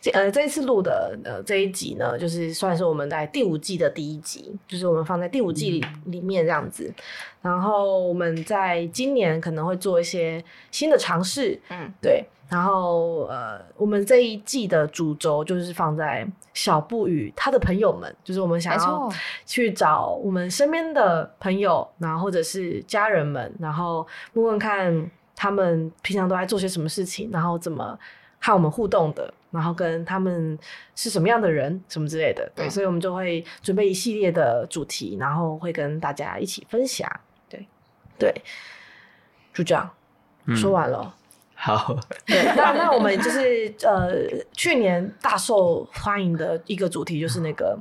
Speaker 1: 这呃这一次录的呃这一集呢，就是算是我们在第五季的第一集，就是我们放在第五季里
Speaker 3: 嗯
Speaker 1: 里面这样子。然后我们在今年可能会做一些新的尝试，
Speaker 2: 嗯
Speaker 1: 对。然后呃，我们这一季的主轴就是放在小布与他的朋友们，就是我们想
Speaker 2: 没
Speaker 1: 要
Speaker 2: 错
Speaker 1: 去找我们身边的朋友，然后或者是家人们，然后问问看他们平常都在做些什么事情，然后怎么和我们互动的，然后跟他们是什么样的人，什么之类的。对，
Speaker 2: 嗯
Speaker 1: 所以我们就会准备一系列的主题，然后会跟大家一起分享。
Speaker 2: 对，
Speaker 1: 对，就这样、
Speaker 3: 嗯
Speaker 1: 说完了。哦 (laughs)
Speaker 3: 好，
Speaker 1: 对，那那我们就是呃，去年大受欢迎的一个主题就是那个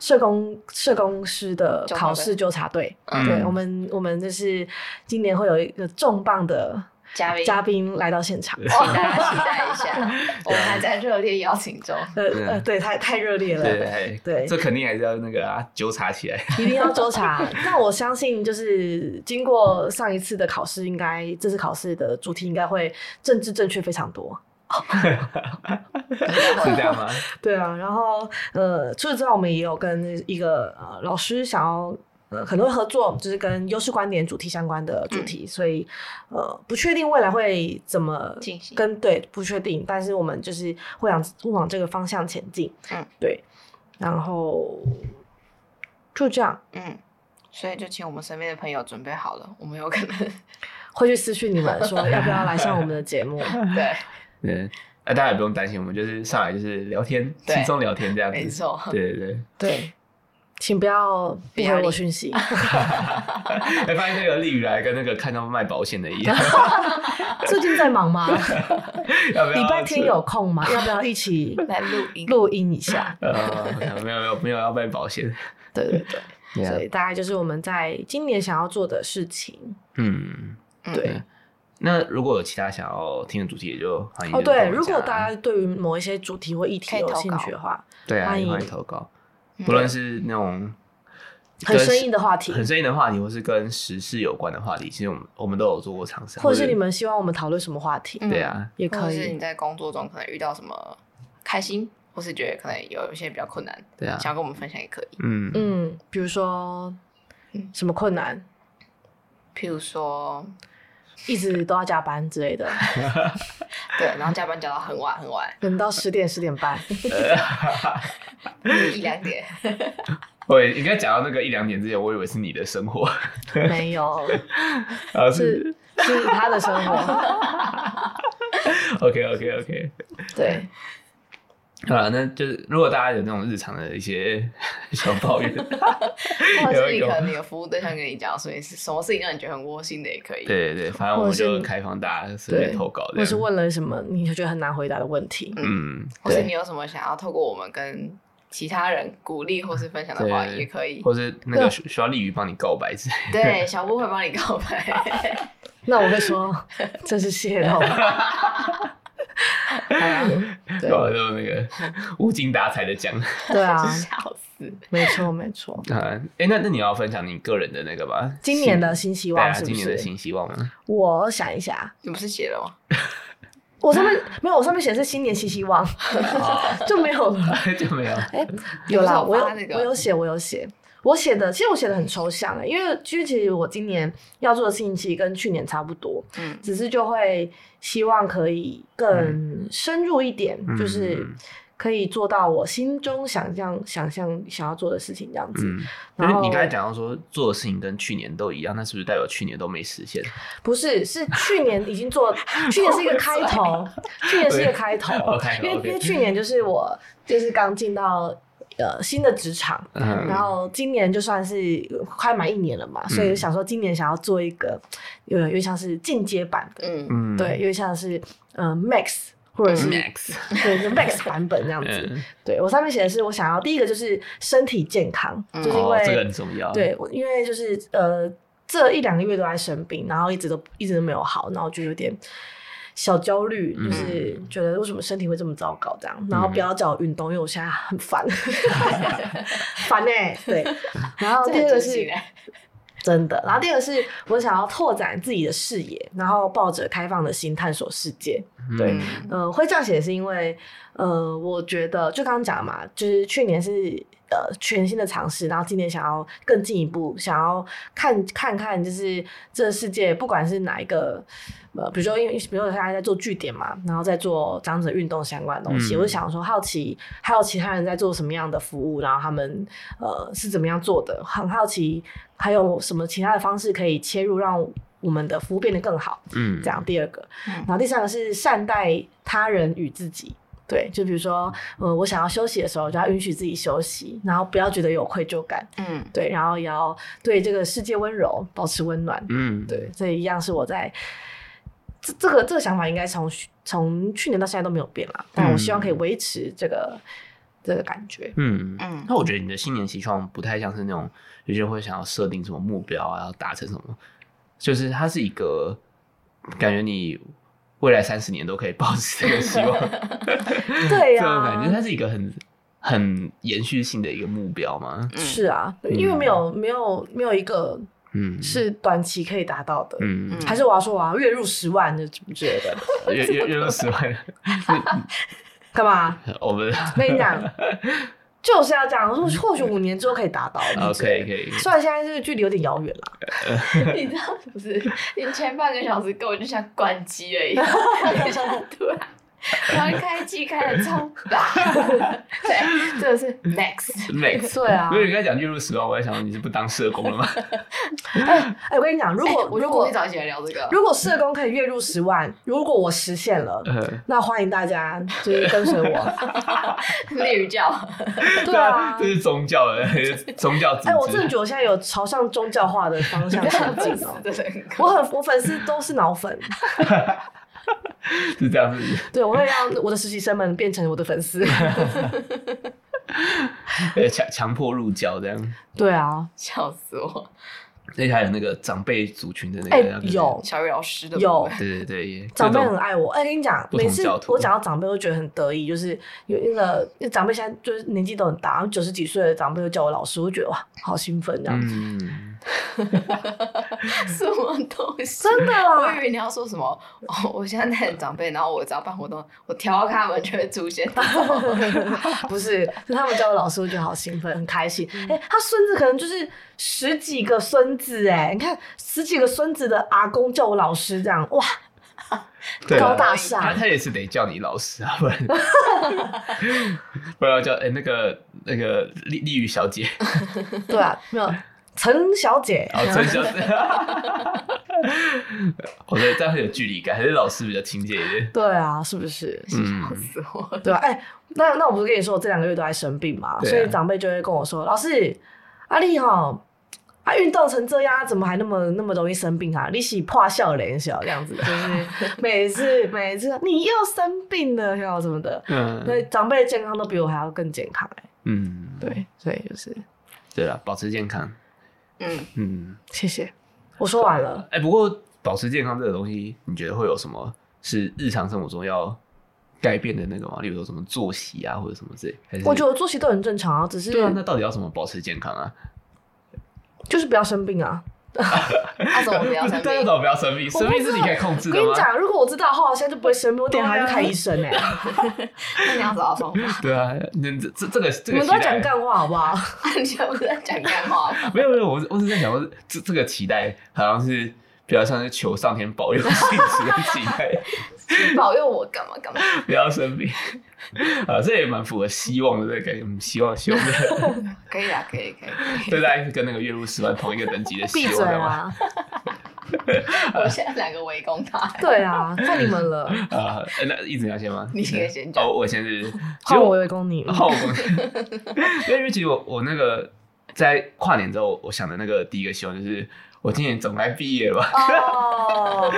Speaker 1: 社工社工师的
Speaker 2: 纠察队
Speaker 1: 考试纠察队。
Speaker 3: 嗯
Speaker 1: 对我们，我们就是今年会有一个重磅的
Speaker 2: 嘉宾，
Speaker 1: 嘉宾来到现场。
Speaker 2: 请大家期待一下， (laughs) 我们还在热烈邀请中，
Speaker 1: 呃 (laughs) 呃，对，太太热烈了。
Speaker 3: 对哎
Speaker 1: 对
Speaker 3: 这肯定还是要那个啊，纠察起
Speaker 1: (laughs)
Speaker 3: 来。
Speaker 1: 一定要纠察。那我相信，就是经过上一次的考试，应该这次考试的主题应该会政治正确非常多。
Speaker 3: 是这样
Speaker 1: (laughs)
Speaker 3: 吗？
Speaker 1: 对啊，然后呃，除此之外，我们也有跟一个呃老师想要。呃，很多合作就是跟优势观点主题相关的
Speaker 2: 嗯
Speaker 1: 主题，所以呃，不确定未来会怎么
Speaker 2: 进行
Speaker 1: 跟对，不确定，但是我们就是会往会往这个方向前进，
Speaker 2: 嗯，
Speaker 1: 对，然后就这样，
Speaker 2: 嗯，所以就请我们身边的朋友准备好了，我们有可能
Speaker 1: 会去私讯你们说要不要来上我们的节
Speaker 2: (laughs)
Speaker 1: 目，
Speaker 2: 对，
Speaker 3: 对，那大家也不用担心，我们就是上来就是聊天，
Speaker 2: 对
Speaker 3: 轻松聊天这样
Speaker 2: 没
Speaker 3: 子。
Speaker 2: 错，
Speaker 3: 对对对， (laughs)
Speaker 1: 对，请不要不
Speaker 2: 不要
Speaker 1: 回
Speaker 2: 理
Speaker 1: 我讯息，(laughs)
Speaker 2: (laughs)
Speaker 3: 哎，发现那个丽宇来跟那个看到卖保险
Speaker 1: (laughs)
Speaker 3: 的一样，
Speaker 1: 最近在忙吗？
Speaker 3: 要不要？
Speaker 1: 礼拜天有空吗？要不要一 (laughs) 起
Speaker 2: 来录音，
Speaker 1: 录音一下？
Speaker 3: 呃，没有没有没有要卖保险。
Speaker 1: 对对 (laughs) 嗯对，
Speaker 3: 对啊
Speaker 1: 所以大概就是我们在今年想要做的事情。
Speaker 3: 嗯，
Speaker 2: 嗯
Speaker 1: 对，
Speaker 3: 那如果有其他想要听的主题，也就欢迎
Speaker 1: 哦
Speaker 3: 就是跟我
Speaker 1: 对，
Speaker 3: 们
Speaker 1: 如
Speaker 3: 讲
Speaker 1: 果
Speaker 3: 啊
Speaker 1: 大家对于某一些主题或议题
Speaker 2: 可以
Speaker 1: 有
Speaker 2: 投
Speaker 1: 兴
Speaker 2: 稿
Speaker 1: 趣的话，
Speaker 3: 对啊，
Speaker 1: 欢
Speaker 3: 也
Speaker 1: 迎
Speaker 3: 欢迎投稿，
Speaker 2: 嗯
Speaker 3: 不论是那种
Speaker 1: 很
Speaker 3: 跟
Speaker 1: 生硬的话题，
Speaker 3: 很生硬的话题，或是跟时事有关的话题，其实我们我们都有做过尝试，
Speaker 1: 或者是你们希望我们讨论什么话题，
Speaker 2: 嗯
Speaker 3: 对啊，
Speaker 1: 也
Speaker 2: 或者
Speaker 1: 可
Speaker 2: 是你
Speaker 1: 以。
Speaker 2: 在工作中可能遇到什么开心，或是觉得可能有一些比较困难，
Speaker 3: 对啊，
Speaker 2: 想要跟我们分享也可以。
Speaker 3: 嗯嗯
Speaker 1: 嗯，比如说
Speaker 2: 嗯
Speaker 1: 什么困难，
Speaker 2: 譬如说，
Speaker 1: 一直都要加班之 (laughs) 类的，
Speaker 2: 对，然后加班加到很晚很晚，
Speaker 1: 等到十点十点 (laughs) 半，
Speaker 2: 一两 (laughs) 点，
Speaker 3: 我应该讲到那个一两点之前，我以为是你的生活，
Speaker 1: 没有，
Speaker 3: 啊
Speaker 1: 是是他的生活。
Speaker 2: (laughs)
Speaker 3: OK OK OK，
Speaker 1: 对，
Speaker 3: 啊，那就是如果大家有那种日常的一些 (laughs) 小抱
Speaker 1: (laughs)
Speaker 3: 怨，
Speaker 2: 或者是你
Speaker 3: 有
Speaker 2: 可能你的服务对象跟你讲，所以是什么事情让你觉得很窝心的也可以。，
Speaker 3: 对对对，反正
Speaker 1: 或
Speaker 3: 我们
Speaker 1: 者是
Speaker 3: 就
Speaker 1: 你
Speaker 3: 开放大家随
Speaker 1: (laughs)
Speaker 3: 便
Speaker 1: 对
Speaker 3: 投稿这
Speaker 1: 或是
Speaker 3: 样。
Speaker 1: 问了什么你觉得很难回答的问题，
Speaker 3: 嗯，
Speaker 2: 或是
Speaker 3: 对。
Speaker 2: 你有什么想要透过我们跟其他人鼓励或是分享的话，
Speaker 3: 对
Speaker 2: 也可以。
Speaker 3: 或是
Speaker 1: 啊
Speaker 3: 那个需需要利于帮你告白之类的。
Speaker 2: 对，小布会帮你告 (laughs) 白。
Speaker 1: (laughs) 那我会说这是泄露。对
Speaker 3: 搞得就那个 (laughs) 无精打采的讲啊。
Speaker 1: 对啊，
Speaker 2: 笑死！
Speaker 1: 没错没错。
Speaker 3: (laughs) 哎、那那你要分享你个人的那个吧？
Speaker 1: 今年的新希
Speaker 3: 希对
Speaker 1: 望
Speaker 3: 啊，
Speaker 1: 是不
Speaker 3: 今年的
Speaker 1: 是？
Speaker 3: 新希望 (laughs) 吗？
Speaker 1: 我想一下，
Speaker 2: 你不是写了吗？
Speaker 1: 我上面没有，我上面写的是新年新希望， (laughs) 就没有
Speaker 3: (laughs)
Speaker 1: 了。
Speaker 3: 就没
Speaker 1: (laughs)
Speaker 3: 有。
Speaker 1: 哎、有啦，
Speaker 2: 你不
Speaker 1: 我有
Speaker 2: 是有发那个
Speaker 1: 我有写，我有写，我写的其实我写的很抽象哎、因为其实其实我今年要做的事情其实跟去年差不多，
Speaker 2: 嗯，
Speaker 1: 只是就会希望可以更深入一点，
Speaker 3: 嗯
Speaker 1: 就是可以做到我心中想象、想象想要做的事情这样子。
Speaker 3: 嗯，可
Speaker 1: 然
Speaker 3: 是
Speaker 1: 后
Speaker 3: 你刚才讲到说做的事情跟去年都一样，那是不是代表去年都没实
Speaker 1: (laughs)
Speaker 3: 现？
Speaker 1: 不是，是去年已经
Speaker 3: (laughs)
Speaker 1: 做，去年是一个开头，去年是一个开头
Speaker 3: 哦 OK，OK，嗯
Speaker 1: 因为因为去年就是我就是刚进到呃新的职场，
Speaker 3: 嗯
Speaker 1: 然后今年就算是快满一年了嘛，
Speaker 3: 嗯
Speaker 1: 所以想说今年想要做一个有有点像是进阶版的，
Speaker 2: 嗯，
Speaker 3: 嗯，
Speaker 1: 对，有点像是呃 Max 或者是
Speaker 3: ，Max，
Speaker 1: 对就 Max 版本这样子。
Speaker 3: (laughs) 嗯，
Speaker 1: 对我上面写的是我想要第一个就是身体健康，
Speaker 2: 嗯
Speaker 1: 就是因
Speaker 3: 哦
Speaker 1: 为，
Speaker 3: 这个很重要。
Speaker 1: 对，我因为就是呃，这一两个月都在生病，然后一直都一直都没有好，然后就有点小焦虑，
Speaker 3: 嗯
Speaker 1: 就是觉得为什么身体会这么糟糕这样，然后不要叫我运动，因为我现在很烦， (laughs) 烦呢、欸
Speaker 3: (laughs)
Speaker 1: 对。然后
Speaker 2: 这
Speaker 1: 第二个
Speaker 2: 很
Speaker 1: 是
Speaker 2: 自信
Speaker 3: 欸
Speaker 2: 哎。
Speaker 1: 真的，然后第二个是我想要拓展自己的视野，然后抱着开放的心探索世界。
Speaker 3: 嗯
Speaker 1: 对
Speaker 2: 嗯
Speaker 1: 呃，会这样写是因为，呃，我觉得就刚刚讲的嘛，就是去年是呃全新的尝试，然后今年想要更进一步，想要看看看，就是这世界不管是哪一个，呃，比如说因为比如说现在在做据点嘛，然后在做长者运动相关的东西，
Speaker 3: 嗯
Speaker 1: 我就想说好奇，还有其他人在做什么样的服务，然后他们呃是怎么样做的，很好奇，还有什么其他的方式可以切入让。我们的服务变得更好，
Speaker 3: 嗯，
Speaker 1: 这样第二个，
Speaker 2: 嗯
Speaker 1: 然后第三个是善待他人与自己。对，就比如说，呃，我想要休息的时候，就要允许自己休息，然后不要觉得有愧疚感。
Speaker 2: 嗯，
Speaker 1: 对，然后也要对这个世界温柔，保持温暖。
Speaker 3: 嗯，
Speaker 1: 对，这一样是我在这这个这个想法，应该从去从去年到现在都没有变啦。但我希望可以维持这个、这个感觉。
Speaker 3: 嗯
Speaker 2: 嗯
Speaker 3: 那我觉得你的新年期望不太像是那种有些人会想要设定什么目标啊，要达成什么，就是它是一个感觉你未来三十年都可以保持这个希望，
Speaker 1: 对
Speaker 3: 嗯
Speaker 1: 啊
Speaker 3: 这
Speaker 1: 呀、
Speaker 3: 种感觉，它是一个很很延续性的一个目标嘛。
Speaker 2: 嗯
Speaker 1: 是啊，因为没有没有没有一个
Speaker 3: 嗯，，
Speaker 1: 是短期可以达到的。
Speaker 3: 嗯，
Speaker 1: 还是我要说我要月入十万，这怎么觉得？
Speaker 3: 月月月入十万，
Speaker 1: 干 (laughs) 嘛？
Speaker 3: (laughs) 我们
Speaker 1: 我跟你讲，就是要这样。或或许五年之后可以达到。
Speaker 3: 好可以可以，
Speaker 1: 虽然现在这个距离有点遥远 (laughs) 啦，
Speaker 2: 你知道不是？你前半个小时根本就像关机而已，没想到突然。然后开机开的超大，对，这个是 Max，
Speaker 3: Max。
Speaker 1: 对啊
Speaker 3: 因。为你刚才讲月入十万，我在想你是不当社工了
Speaker 1: (laughs)
Speaker 3: 吗？
Speaker 1: 哎，我跟你讲，如果
Speaker 2: 我
Speaker 1: 如
Speaker 2: 就故
Speaker 1: 果
Speaker 2: 意找一起来聊这个。
Speaker 1: (laughs) 如果社工可以月入十万，如果我实现了，
Speaker 3: 呃
Speaker 1: 那欢迎大家就是跟随我。
Speaker 2: 例如教，
Speaker 1: (laughs) 对啊
Speaker 3: 这。是宗教的
Speaker 1: (laughs)
Speaker 3: 宗教组织。
Speaker 1: 哎，我真的觉得我现在有朝向宗教化的方向前进哦。
Speaker 2: 真的很
Speaker 1: 我
Speaker 2: 酷。
Speaker 1: 很我粉丝都是脑粉，
Speaker 3: 是这样子。
Speaker 1: 对我会让我的实习生们变成我的粉 (laughs) 丝。
Speaker 3: 呃，强强迫入教这样，
Speaker 1: 对啊，
Speaker 2: 笑死我！
Speaker 3: 而且还有那个长辈族群的那个，
Speaker 1: 哎
Speaker 3: 要跟
Speaker 1: 有
Speaker 2: 小雨老师的
Speaker 1: 有
Speaker 3: 对对对，也
Speaker 1: 长辈
Speaker 3: 各种
Speaker 1: 很爱我，哎、跟你讲，
Speaker 3: 不同
Speaker 1: 每次
Speaker 3: 教徒
Speaker 1: 我讲到长辈，我都觉得很得意，就是有那个因为长辈现在就是年纪都很大，九十几岁的长辈都叫我老师，我就觉得哇，好兴奋这样。
Speaker 3: 嗯，
Speaker 2: (laughs) 什么东西？
Speaker 1: 真的
Speaker 3: (laughs)
Speaker 2: 我
Speaker 1: 啦
Speaker 2: 以，为你要说什么哦，我现在带着长辈，然后我只要办活动，我调侃他们就会出
Speaker 1: (laughs)
Speaker 2: 现。
Speaker 1: (laughs) 不是，是他们叫我老师，我觉得好兴奋，很开心。
Speaker 3: 嗯
Speaker 1: 哎、他孙子可能就是十几个孙子、哎，你看十几个孙子的阿公叫我老师，这样哇，
Speaker 3: 对
Speaker 1: 高
Speaker 3: 啊，
Speaker 1: 大
Speaker 3: 他
Speaker 1: 上。
Speaker 3: 他也是得叫你老师啊，不然不然要叫哎、那个那个丽丽宇小姐，
Speaker 1: 对啊，没有陈小姐，
Speaker 3: 然后陈小姐， (laughs) 我觉得这样会有距离感，还是老师比较亲切一点。
Speaker 1: 对啊，是不是？
Speaker 3: 嗯
Speaker 2: 笑死我了！
Speaker 1: 对啊，哎、那那我不是跟你说我这两个月都在生病嘛，
Speaker 3: 对啊
Speaker 1: 所以长辈就会跟我说，老师，阿丽哈，啊运动成这样，怎么还那么那么容易生病啊？你是怕笑脸小这
Speaker 3: (laughs)
Speaker 1: 样子，就是每次每次你又生病了，然后什么的，所以
Speaker 3: 嗯
Speaker 1: 长辈的健康都比我还要更健康、哎，
Speaker 3: 嗯，
Speaker 1: 对，所以就是
Speaker 3: 对了，保持健康。
Speaker 2: 嗯，
Speaker 3: 嗯，
Speaker 1: 谢谢，我说完了。
Speaker 3: 哎、不过保持健康这个东西，你觉得会有什么是日常生活中要改变的那个吗？例如说什么作息啊，或者什么之类？还是
Speaker 1: 我觉得我作息都很正常啊，只是
Speaker 3: 对啊，那到底要怎么保持健康啊？
Speaker 1: 就是不要生病啊。
Speaker 2: 那怎么
Speaker 1: (laughs)
Speaker 2: 不要
Speaker 3: (laughs)
Speaker 2: 生
Speaker 3: 但
Speaker 2: 病
Speaker 3: 是？怎么不要生病？
Speaker 1: 我不知
Speaker 3: 生
Speaker 1: 道
Speaker 3: 病是你可以控制
Speaker 1: 我
Speaker 3: 的
Speaker 1: 跟你
Speaker 3: 吗？
Speaker 1: 讲，如果我知道的话，我现在就不会生病，我等一下
Speaker 3: 对啊
Speaker 1: 还去看医生哎、
Speaker 2: 那你要找到方法。
Speaker 3: (laughs) 对啊，那这这这个 (laughs) 这
Speaker 1: 你
Speaker 3: 个
Speaker 1: 们都在
Speaker 3: 期
Speaker 1: 讲
Speaker 3: 待
Speaker 1: 干话好不
Speaker 3: (laughs)
Speaker 1: 好？
Speaker 2: (laughs) 你全部在讲干话，
Speaker 3: 没有没有，我是我只是在想说，这这个期待好像是比较像是求上天保佑的性质的期
Speaker 1: (laughs)
Speaker 3: 待，
Speaker 2: 你保佑我干嘛干嘛？
Speaker 3: 不要生病啊，这也蛮符合希望的这个概念，嗯希望希望，
Speaker 1: (laughs)
Speaker 2: 可以啊啦，可以可以 (laughs) 可以。
Speaker 3: 对大家跟那个月入十万同一个啊等级的希
Speaker 1: 闭
Speaker 3: 望
Speaker 1: 嘴啊
Speaker 3: 对吧？
Speaker 1: 啦！
Speaker 2: 我们现在两个围攻他，
Speaker 1: (laughs) 对啊，看你们
Speaker 3: (laughs)
Speaker 1: 了，
Speaker 3: 啊，呃那一直要先吗？
Speaker 2: 你可以先讲
Speaker 3: 哦，我先
Speaker 1: (laughs)
Speaker 3: 是，其实
Speaker 1: 换我围攻
Speaker 3: (laughs)
Speaker 1: 你。
Speaker 3: 后宫，因为因为其实我我那个在跨年之后，我想的那个第一个希望就是我今年总该毕业吧， (laughs)
Speaker 1: 哦，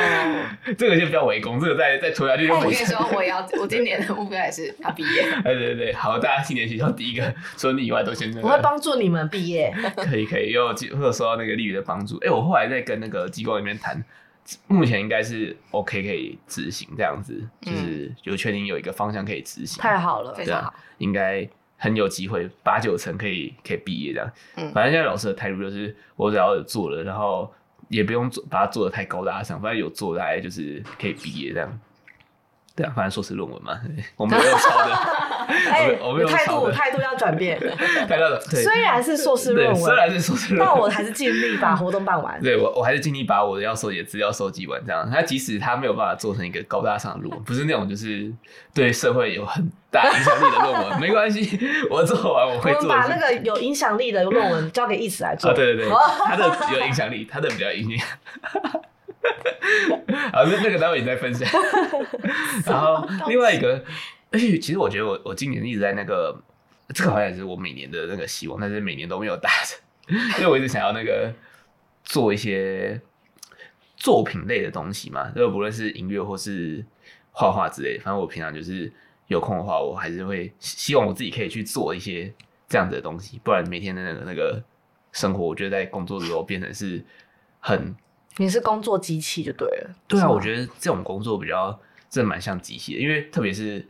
Speaker 3: 这个先不要围攻，这个再再拖下去就
Speaker 2: 我
Speaker 3: 没
Speaker 2: 跟你
Speaker 3: 事。
Speaker 2: 说，我也要，我今年的目标也是要毕业。
Speaker 3: 哎， (laughs) 对对对，好，大家新年学校第一个，除了你以外都先那
Speaker 1: 我会
Speaker 3: 个，
Speaker 1: 帮助你们毕业。
Speaker 3: (laughs) 可以可以，又有机会有受到那个利宇的帮助。哎，我后来在跟那个机构里面谈，目前应该是 OK 可以执行这样子，就是有确定有一个方向可以执
Speaker 1: (laughs)
Speaker 3: 行，
Speaker 1: 太好了
Speaker 2: 非，
Speaker 3: 对
Speaker 2: 常
Speaker 3: 啊
Speaker 2: 好，
Speaker 3: 应该很有机会，八九成可以可以毕业这样。
Speaker 2: 嗯
Speaker 3: 反正现在老师的态度就是，我只要有做了，然后也不用做把它做的太高大上，反正有做大概就是可以毕业这样。对啊，反正硕士论文嘛， (laughs) 我没有用抄的。
Speaker 1: (laughs) 哎，
Speaker 3: 我没有
Speaker 1: 你态度
Speaker 3: 吵的
Speaker 1: 态度要转变。
Speaker 3: 看到的， (laughs) 对，
Speaker 1: 虽然是硕士
Speaker 3: 对
Speaker 1: 论
Speaker 3: 虽
Speaker 1: 文，
Speaker 3: 然是硕士论
Speaker 1: 但
Speaker 3: 文，
Speaker 1: 我还是尽力把活动办完。
Speaker 3: (laughs) 对我我还是尽力把我要收集的资料收集完，这样。他即使他没有办法做成一个高大上的论文，不是那种就是对社会有很大影响力的论文，没关系，我做完我
Speaker 1: 我
Speaker 3: (laughs) 会
Speaker 1: 们
Speaker 3: 做
Speaker 1: 把
Speaker 3: 的
Speaker 1: 那
Speaker 3: 事。
Speaker 1: 个有影响力的论文交给意思来做
Speaker 3: 啊，。对对对，他的有影响力，他 (laughs) 的比较有影响。好，那那个待会你再分享。然后另外一个，而且其实我觉得我我今年一直在那个，这个好像也是我每年的那个希望，但是每年都没有达成，因为我一直想要那个做一些作品类的东西嘛，就不论是音乐或是画画之类，反正我平常就是有空的话，我还是会希希望我自己可以去做一些这样子的东西，不然每天的那个那个生活，我觉得在工作之后变成是很
Speaker 1: 你是工作机器就对了。
Speaker 3: 对
Speaker 1: 是
Speaker 3: 啊，
Speaker 1: 吗
Speaker 3: 我觉得这种工作比较真的蛮像机器的，因为特别是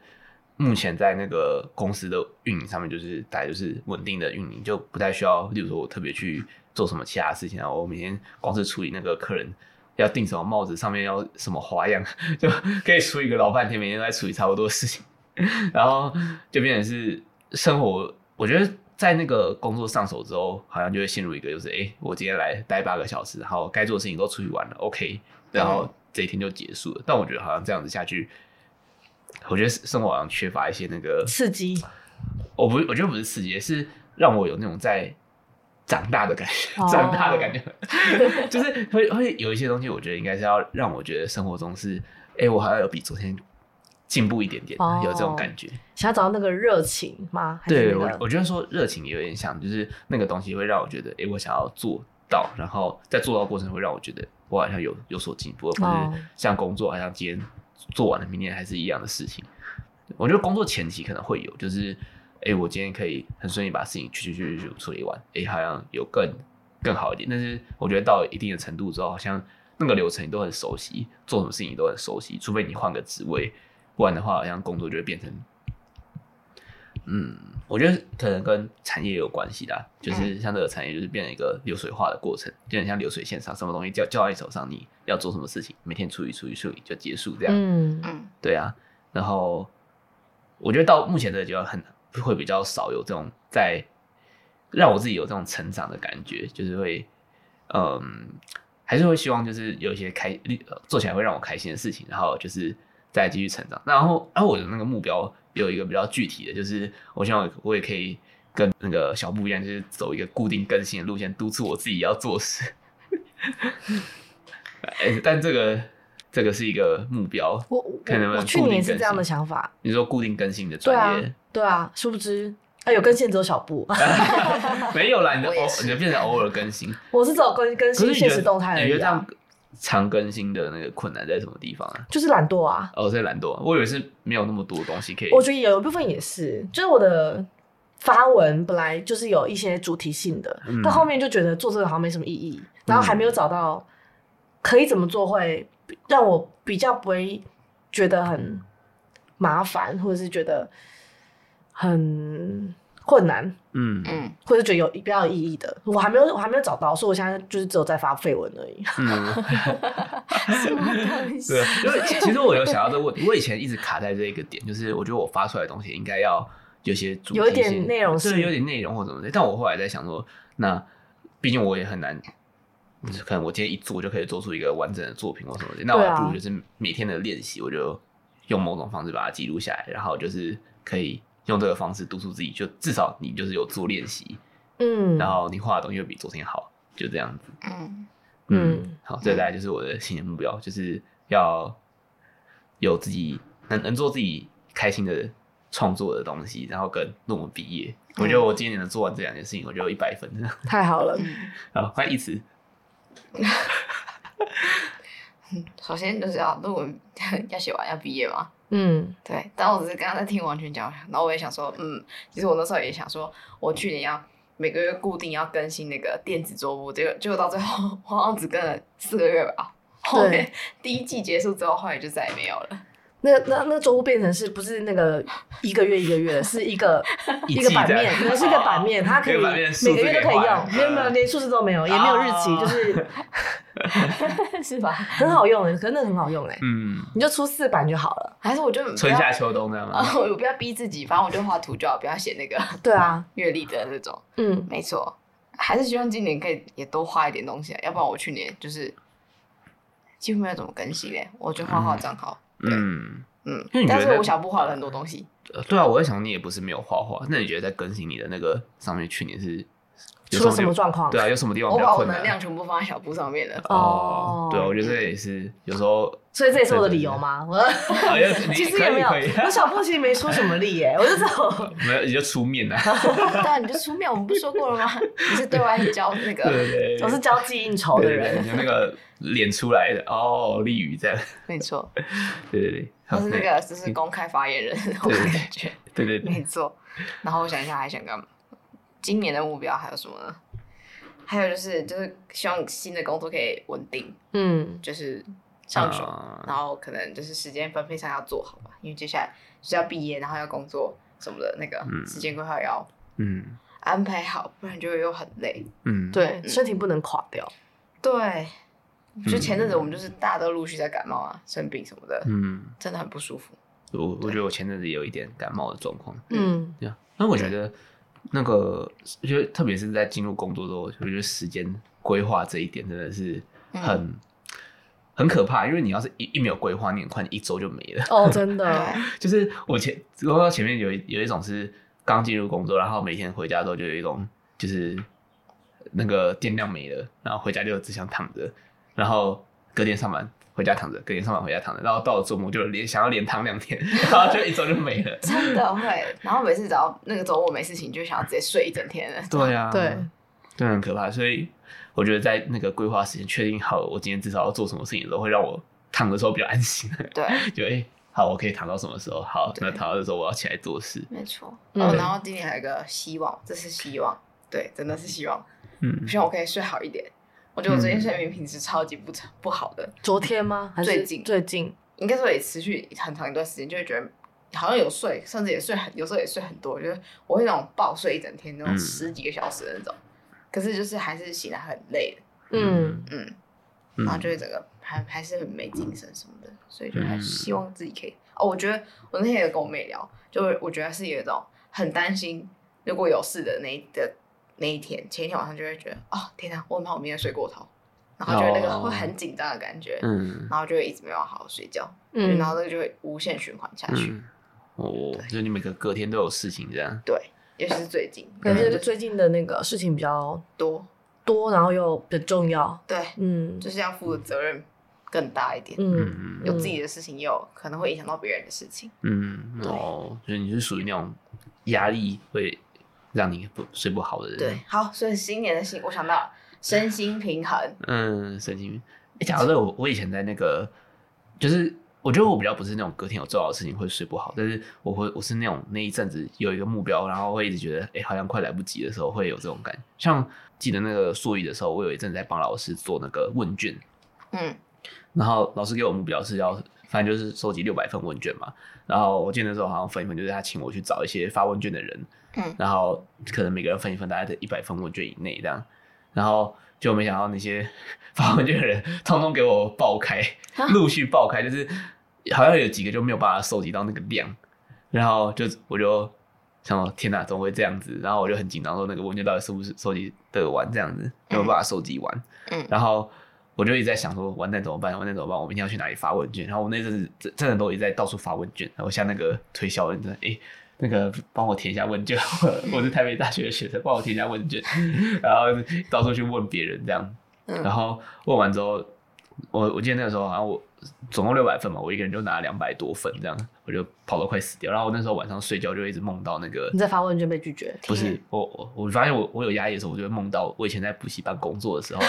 Speaker 3: 目前在那个公司的运营上面，就是大家就是稳定的运营，就不太需要，例如说我特别去做什么其他事情啊，我每天光是处理那个客人。要订什么帽子，上面要什么花样，就可以处理个老半天，每天都在处理差不多的事情， (laughs) 然后就变成是生活。我觉得在那个工作上手之后，好像就会陷入一个就是，哎、我今天来待八个小时，然后该做的事情都处理完了，OK，然后这一天就结束了。但我觉得好像这样子下去，我觉得生活好像缺乏一些那个，
Speaker 1: 刺激
Speaker 3: 我不，我觉得不是刺激，是让我有那种在长大的感觉，
Speaker 1: 哦
Speaker 3: (laughs) 长大的感觉，就是会会有一些东西，我觉得应该是要让我觉得生活中是，哎、我好像有比昨天进步一点点，
Speaker 1: 哦
Speaker 3: 有这种感觉。
Speaker 1: 想要找到那个热情吗？还是
Speaker 3: 对
Speaker 1: 那
Speaker 3: 我
Speaker 1: 个，
Speaker 3: 我觉得说热情也有点像，就是那个东西会让我觉得，诶，我想要做到，然后在做到过程会让我觉得我好像有有所进步，而
Speaker 1: 哦
Speaker 3: 不是像工作好像今天做完了，明天还是一样的事情。我觉得工作前期可能会有，就是诶，我今天可以很顺利把事情去去去去处理完，诶，好像有更更好一点。但是我觉得到一定的程度之后，好像那个流程你都很熟悉，做什么事情你都很熟悉，除非你换个职位，不然的话，好像工作就会变成嗯，我觉得可能跟产业有关系啦，就是像这个产业就是变成一个流水化的过程，就很像流水线上，什么东西交交到你手上，你要做什么事情，每天处理处理处理就结束这样。
Speaker 1: 嗯，
Speaker 2: 嗯，
Speaker 3: 对啊，然后我觉得到目前这个阶段很会比较少有这种在让我自己有这种成长的感觉，就是会嗯，还是会希望就是有一些开呃做起来会让我开心的事情，然后就是再继续成长。然后，然后我的那个目标有一个比较具体的，就是我希望我也可以跟那个小布一样，就是走一个固定更新的路线，督促我自己要做事。 (laughs) 哎但这个这个是一个目标，
Speaker 1: 我我
Speaker 3: 看能不能
Speaker 1: 我去
Speaker 3: 固定
Speaker 1: 年也是
Speaker 3: 更
Speaker 1: 这样
Speaker 3: 新
Speaker 1: 的想法，
Speaker 3: 你说固定更新的
Speaker 1: 对
Speaker 3: 专
Speaker 1: 啊
Speaker 3: 业、，
Speaker 1: 对啊，殊不知啊有更新只有小布，
Speaker 3: 没有啦，你的
Speaker 2: 我也
Speaker 3: 偶
Speaker 2: 是
Speaker 3: 你就变成偶尔更新，
Speaker 1: (laughs) 我是走更更
Speaker 3: 可是
Speaker 1: 新
Speaker 3: 你觉
Speaker 1: 现
Speaker 3: 得
Speaker 1: 实动态而
Speaker 3: 你觉得
Speaker 1: 已
Speaker 3: 这
Speaker 1: 啊
Speaker 3: 样，常更新的那个困难在什么地方啊？
Speaker 1: 就是懒惰啊。
Speaker 3: 哦，在懒惰，我以为是没有那么多东西可以。
Speaker 1: 我觉得有一部分也是，就是我的发文本来就是有一些主题性的，
Speaker 3: 嗯
Speaker 1: 但后面就觉得做这个好像没什么意义，然后还没有找到可以怎么做会让我比较不会觉得很麻烦，或者是觉得很困难，
Speaker 3: 嗯
Speaker 2: 嗯，
Speaker 1: 或者觉得有比较有意义的，我还没有我还没有找到，所以我现在就是只有在发绯闻而已。
Speaker 3: 嗯，
Speaker 2: 什么东西
Speaker 3: 对，因为其其实我有想到这个问题，我以前一直卡在这一个点，就是我觉得我发出来的东西应该要有些主题性
Speaker 1: 有一点内容性
Speaker 3: 对，有点内容或怎么的。但我后来在想说，那毕竟我也很难，就是可能我今天一做就可以做出一个完整的作品或什么的，那我
Speaker 1: 对啊
Speaker 3: 还不如就是每天的练习，我就用某种方式把它记录下来，然后就是可以用这个方式督促自己，就至少你就是有做练习，
Speaker 1: 嗯，
Speaker 3: 然后你画的东西又比昨天好，就这样子。
Speaker 2: 嗯，
Speaker 3: 嗯
Speaker 1: 嗯，
Speaker 3: 好，这大概就是我的新年目标，就是要有自己能能做自己开心的创作的东西，然后跟论文毕业。我
Speaker 1: 嗯
Speaker 3: 觉得我今年能做完这两件事情，我就一百分。
Speaker 1: 太好了，
Speaker 3: (laughs) 好，换一词，
Speaker 2: 首先就是要论文要写完要毕业嘛，
Speaker 1: 嗯
Speaker 2: 对。但我只是刚刚在听王权讲，然后我也想说，嗯，其实我那时候也想说，嗯我去年要每个月固定要更新那个电子桌布，结果结果到最后我好像只更了 (laughs) 四个月吧。后面第一季结束之后，后来就再也没有了。
Speaker 1: 那那那周变成是不是那个一个月一个月，是一个
Speaker 3: 一
Speaker 1: 一
Speaker 3: 季
Speaker 1: 个
Speaker 3: 这
Speaker 1: 版
Speaker 3: 样
Speaker 1: 面，可能是一个版面，它可以每
Speaker 3: 一
Speaker 1: 个
Speaker 3: 个版面数字
Speaker 1: 月都可以
Speaker 3: 可以
Speaker 1: 用
Speaker 3: 换，嗯
Speaker 1: 没有没有，连数字都没有，也没有日期，
Speaker 3: 哦
Speaker 1: 就是
Speaker 2: 是吧？ (laughs)
Speaker 1: 很好用的，可是那很好用哎，
Speaker 3: 嗯，
Speaker 1: 你就出四版就好了。
Speaker 2: 还是我就不
Speaker 3: 春
Speaker 2: 要
Speaker 3: 夏秋冬这样
Speaker 2: 啊
Speaker 1: 哦
Speaker 3: 吗？，
Speaker 2: 我不要 (laughs) 逼自己，反正我就画图就好，不要写那个 (laughs)
Speaker 1: 对啊，
Speaker 2: 阅历的那种。
Speaker 1: 嗯，
Speaker 2: 没错，还是希望今年可以也多画一点东西啊，要不然我去年就是几乎没有怎么更新嘞、我就画画账号，
Speaker 3: 嗯，
Speaker 2: 嗯
Speaker 3: 那你觉得
Speaker 2: 但是
Speaker 3: 那
Speaker 2: 我小布画了很多东西，
Speaker 3: 呃对啊，我在想你也不是没有画画，那你觉得在更新你的那个上面去年是有
Speaker 1: 出了什么
Speaker 3: 地
Speaker 1: 状况？
Speaker 3: 对啊，有什么地方
Speaker 2: 我
Speaker 3: 比较
Speaker 2: 把我
Speaker 3: 困
Speaker 2: 能
Speaker 3: 难
Speaker 2: 量？全部放在小布上面了。 (laughs)
Speaker 3: 哦
Speaker 1: 哦，
Speaker 3: 对啊，我觉得这也是有时候，
Speaker 1: 所以这也是我的理由吗？我
Speaker 3: 好像哦你
Speaker 1: 其实
Speaker 3: 可
Speaker 1: 也
Speaker 3: 以
Speaker 1: 没有，
Speaker 3: 可以，
Speaker 1: 我小布其实没出什么力耶，我就走。
Speaker 3: 没有你就出面啊，
Speaker 1: (laughs)
Speaker 2: 对啊，你就出面，我们不是说过了吗？你是对外交那
Speaker 3: 对
Speaker 2: 个，
Speaker 3: 对对，
Speaker 1: 我是交际应酬的
Speaker 3: 对对对，
Speaker 1: 人，
Speaker 3: 就那个脸出来的哦，立宇这样，
Speaker 2: 没错，
Speaker 3: 对对对，
Speaker 2: 他哦是那
Speaker 3: 对
Speaker 2: 个就是公开发言人那种感觉，
Speaker 3: (laughs) 对对
Speaker 2: (laughs)
Speaker 3: 对，
Speaker 2: 没错。然后我想一下还想干嘛？今年的目标还有什么呢？还有就是就是希望新的工作可以稳定，
Speaker 1: 嗯，
Speaker 2: 就是上学，
Speaker 3: 啊
Speaker 2: 然后可能就是时间分配上要做好吧，因为接下来就是要毕业，然后要工作什么的，那个
Speaker 3: 嗯
Speaker 2: 时间规划要
Speaker 3: 嗯
Speaker 2: 安排好，不然就又很累。
Speaker 3: 嗯，
Speaker 1: 对，身体不能垮掉。
Speaker 2: 对，
Speaker 3: 嗯
Speaker 2: 就前阵子我们就是大家都陆续在感冒啊、生病什么的，
Speaker 3: 嗯，
Speaker 2: 真的很不舒服。
Speaker 3: 我我觉得我前阵子有一点感冒的状况，
Speaker 1: 嗯，
Speaker 3: 对啊，那我觉得那个，我觉得特别是在进入工作之后，我觉得时间规划这一点真的是很、
Speaker 2: 嗯
Speaker 3: 很可怕，因为你要是一一没有规划，你很快一周就没了。
Speaker 1: 哦，真
Speaker 2: 对，
Speaker 1: 的，
Speaker 3: 就是我前我到前面有一有一种是刚进入工作，然后每天回家之后就有一种就是那个电量没了，然后回家就只想躺着，然后隔天上班回家躺着，隔天上班回家躺着，然后到了周末就连想要连躺两天， (laughs) 然后就一周就没了。
Speaker 2: 真的会。然后每次只要那个周末没事情，就想要直接睡一整天了。
Speaker 3: (laughs) 对啊，
Speaker 1: 对，
Speaker 3: 真的很可怕。所以我觉得在那个规划时间确定好我今天至少要做什么事情的时候，会让我躺的时候比较安心， (laughs)
Speaker 2: 对，
Speaker 3: 就哎、诶好，我可以躺到什么时候？好，
Speaker 2: 对
Speaker 3: 那躺到的时候我要起来做事。
Speaker 2: 没错。
Speaker 1: 嗯
Speaker 2: 哦，然后今年还有一个希望，这是希望，对，真的是希望。
Speaker 3: 嗯，
Speaker 2: 希望我可以睡好一点。我觉得我最近睡眠品质超级不成不好的，
Speaker 1: 昨天吗？还是
Speaker 2: 最近
Speaker 1: 最近，
Speaker 2: 应该说也持续很长一段时间，就会觉得好像有睡，甚至也睡很，有时候也睡很多，就是我会那种暴睡一整天，那种
Speaker 3: 嗯
Speaker 2: 十几个小时的那种。可是就是还是醒来很累的，
Speaker 1: 嗯。
Speaker 2: 嗯，
Speaker 3: 嗯
Speaker 2: 然后就会整个还还是很没精神什么的，所以就还
Speaker 3: 嗯
Speaker 2: 希望自己可以。哦，我觉得我那天也跟我妹聊，就是我觉得是有一种很担心，如果有事的那一的那一天，前一天晚上就会觉得，哦天哪，我很怕我明天睡过头，然后就会那个
Speaker 3: 哦
Speaker 2: 会很紧张的感觉，
Speaker 3: 嗯
Speaker 2: 然后就会一直没有好好睡觉，
Speaker 1: 嗯
Speaker 3: 嗯
Speaker 2: 然后那个就会无限循环下去。
Speaker 3: 嗯，哦，就你每个隔天都有事情这样。
Speaker 2: 对，尤其是最近，
Speaker 1: 可能
Speaker 2: 就是是
Speaker 1: 最近的那个事情比较
Speaker 2: 多，
Speaker 1: 多，然后又很重要。
Speaker 2: 对，
Speaker 1: 嗯
Speaker 2: 就是要负的责任更大一点，
Speaker 1: 嗯，
Speaker 3: 嗯
Speaker 2: 有自己的事情，也有可能会影响到别人的事情。
Speaker 3: 嗯
Speaker 2: 对
Speaker 3: 哦，就是你是属于那种压力会让你不睡不好的人。
Speaker 2: 对，，好，所以新年的新，我想到了身心平衡，
Speaker 3: 嗯，神经病。哎，讲到这个，我我以前在那个，就是我觉得我比较不是那种隔天有重要的事情会睡不好，但是我会我是那种那一阵子有一个目标，然后会一直觉得哎、诶好像快来不及的时候会有这种感觉。像记得那个硕一的时候，我有一阵子在帮老师做那个问卷，
Speaker 2: 嗯，
Speaker 3: 然后老师给我目标是要，反正就是收集六百份问卷嘛。然后我记得那时候好像分一份，就是他请我去找一些发问卷的人，
Speaker 2: 嗯
Speaker 3: 然后可能每个人分一份，大概在一百份问卷以内这样。然后就没想到那些 (laughs) 发问卷的人， (laughs) 通通给我爆开，陆续爆开，就是好像有几个就没有办法收集到那个量，然后就我就想说天哪，怎么会这样子？然后我就很紧张，说那个问卷到底是不是收集得完这样子，有没有办法收集完？
Speaker 2: 嗯
Speaker 3: 然后我就一直在想说，完蛋怎么办？完蛋怎么办？我明天要去哪里发问卷？然后我那阵子真真的都一直在到处发问卷，然后像那个推销人真的，诶，那个帮我填一下问卷， (laughs) 我是台北大学的学生，帮我填一下问卷， (laughs) 然后到处去问别人这样，
Speaker 2: 嗯
Speaker 3: 然后问完之后，我我记得那个时候好像我总共六百份嘛，我一个人就拿了两百多份这样，我就跑到快死掉。然后我那时候晚上睡觉就一直梦到那个
Speaker 1: 你在发问卷被拒绝，
Speaker 3: 不是我我我发现我我有压力的时候，我就会梦到我以前在补习班工作的时候，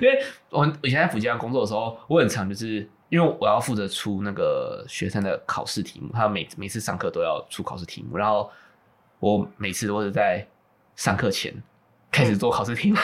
Speaker 3: 因为我以前在补习班工作的时候，我很常就是因为我要负责出那个学生的考试题目，他每每次上课都要出考试题目，然后我每次都是在上课前开始做考试题目，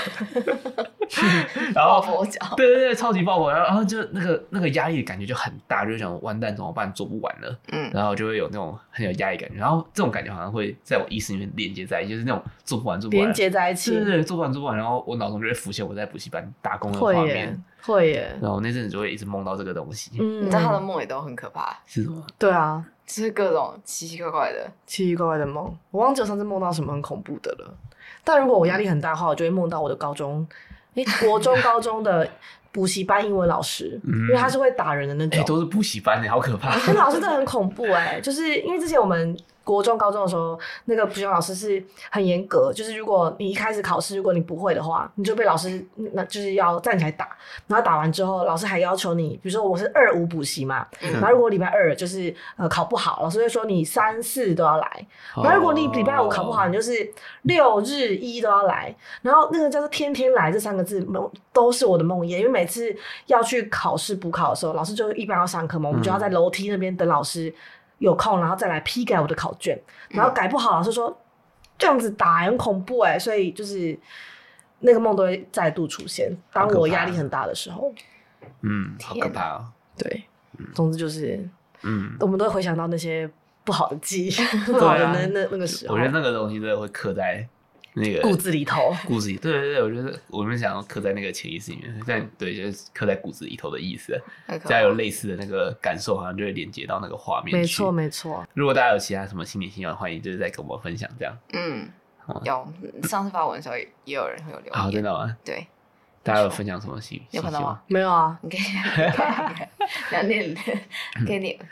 Speaker 3: 然
Speaker 2: 抱
Speaker 3: 后
Speaker 2: 佛脚，
Speaker 3: 对对对，超级爆火，然后然后就那个那个压力感觉就很大，就想完蛋怎么办，做不完了。
Speaker 2: 嗯
Speaker 3: 然后就会有那种很有压力感觉，然后这种感觉好像会在我意识里面连接在一起，就是那种做不完做不完，
Speaker 1: 连接在一起
Speaker 3: 对，对对，做不完做不完，然后我脑中就会浮现我在补习班打工的
Speaker 1: 会
Speaker 3: 画
Speaker 1: 耶
Speaker 3: 面，，
Speaker 1: 会耶，
Speaker 3: 然后那阵子就会一直梦到这个东西，
Speaker 1: 嗯，
Speaker 2: 你知道他的梦也都很可怕，
Speaker 3: 是什么？
Speaker 1: 对啊，
Speaker 2: 就是各种奇奇怪怪的，
Speaker 1: 奇奇怪怪的梦，我忘记我上次梦到什么很恐怖的了。但如果我压力很大的话，我就会梦到我的高中，诶，国中、高中的补习班英文老师，
Speaker 3: 嗯
Speaker 1: 因为他是会打人的那
Speaker 3: 哎、
Speaker 1: 种。
Speaker 3: 都是补习班的，好可怕！
Speaker 1: 那 (laughs) 老师真的很恐怖哎、就是因为之前我们国中、高中的时候，那个补习班老师是很严格，就是如果你一开始考试，如果你不会的话，你就被老师那就是要站起来打，然后打完之后，老师还要求你，比如说我是二五补习嘛，
Speaker 2: 嗯
Speaker 1: 然后如果礼拜二就是呃考不好，老师会说你三四都要来，
Speaker 3: 哦
Speaker 1: 然后如果你礼拜五考不好，你就是六日一都要来。然后那个叫做“天天来”这三个字，梦都是我的梦魇，因为每次要去考试补考的时候，老师就一般要上课嘛，我们就要在楼梯那边等老师有空，然后再来批改我的考卷。然后改不好，老师说这样子打很恐怖哎、所以就是那个梦都会再度出现，当
Speaker 3: 好可
Speaker 1: 我
Speaker 3: 怕
Speaker 1: 压力很大的时候。
Speaker 3: 嗯，好可
Speaker 2: 天
Speaker 3: 怕哦，
Speaker 1: 对，总之就是
Speaker 3: 嗯，
Speaker 1: 我们都会回想到那些。不好的记忆，不
Speaker 3: 对
Speaker 1: 好的
Speaker 3: 啊
Speaker 1: 那那那个时候，
Speaker 3: 我觉得那个东西真的会刻在那个
Speaker 1: 骨子里头。
Speaker 3: 骨子里，对对对，我觉得我们想要刻在那个潜意识里面，但对，就是刻在骨子里头的意思。
Speaker 2: 很可
Speaker 3: 只要
Speaker 2: 怕。
Speaker 3: 有类似的那个感受，好像就会连接到那个画面去。
Speaker 1: 哦没错，没错。
Speaker 3: 如果大家有其他什么新年新愿，欢迎就是再跟我们分享这样。
Speaker 2: 嗯
Speaker 3: 好，
Speaker 2: 有上次发文的时候也也有人会有留
Speaker 3: 好、真
Speaker 2: 言，
Speaker 3: 的吗？
Speaker 2: 对，
Speaker 3: 大家有分享什么新
Speaker 2: 你有看到吗？？
Speaker 1: 没有啊，
Speaker 2: 你可以两念，可以念，
Speaker 3: 嗯新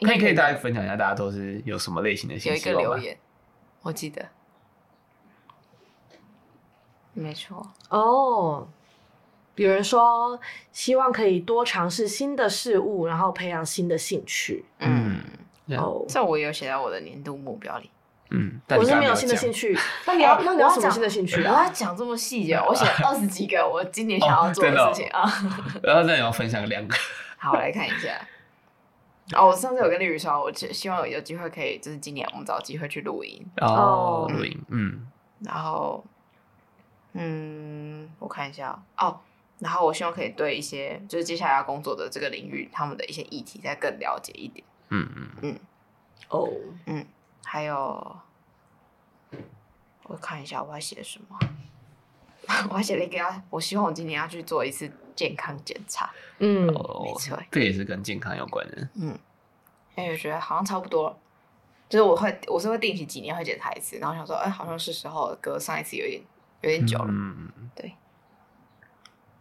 Speaker 3: 希望可以可以，大家分享一下，大家都是有什么类型的
Speaker 2: 有
Speaker 3: 新
Speaker 2: 一
Speaker 3: 希
Speaker 2: 个
Speaker 3: 望吗
Speaker 2: 留？言，我记得，没错，
Speaker 1: 哦，有人说希望可以多尝试新的事物，然后培养新的兴趣。
Speaker 3: 嗯
Speaker 2: 嗯，
Speaker 3: Yeah
Speaker 1: 哦，
Speaker 2: 这我也有写在我的年度目标里。
Speaker 3: 嗯，啊但
Speaker 1: 我
Speaker 3: 你
Speaker 1: 是
Speaker 3: 刚
Speaker 1: 没
Speaker 3: 刚
Speaker 1: 有
Speaker 3: 有
Speaker 1: 新的
Speaker 3: 讲
Speaker 1: 兴
Speaker 3: (laughs)
Speaker 1: 趣。那你要
Speaker 2: 哎
Speaker 1: 那你要
Speaker 2: 我
Speaker 1: 什么
Speaker 2: 讲
Speaker 1: 新的兴趣
Speaker 2: 我
Speaker 1: 啊？
Speaker 2: 要讲这么细节哦，我写二十几个，我今年想要
Speaker 1: 哦
Speaker 2: 做的事情啊。
Speaker 3: (laughs) 然后那你要分享两个，
Speaker 2: 好，来看一下。哦，我上次有跟丽宇说，我只希望有机会可以，就是今年我们找机会去露营，
Speaker 3: 哦，
Speaker 1: 哦
Speaker 3: 录音，嗯，
Speaker 2: 然后，嗯，我看一下哦，然后我希望可以对一些就是接下来要工作的这个领域，他们的一些议题再更了解一点。
Speaker 3: 嗯嗯，
Speaker 1: 哦，
Speaker 2: 还有，我看一下我还写什么， (laughs) 我还写了一个要，我希望我今年要去做一次健康检查，
Speaker 1: 嗯，
Speaker 3: 哦
Speaker 2: 没错，
Speaker 3: 这也是跟健康有关的，
Speaker 2: 因为我哎觉得好像差不多了。就是我会，我是会定期几年会检查一次，然后想说，哎，好像是时候了，隔上一次有点有点久了。
Speaker 3: 嗯，嗯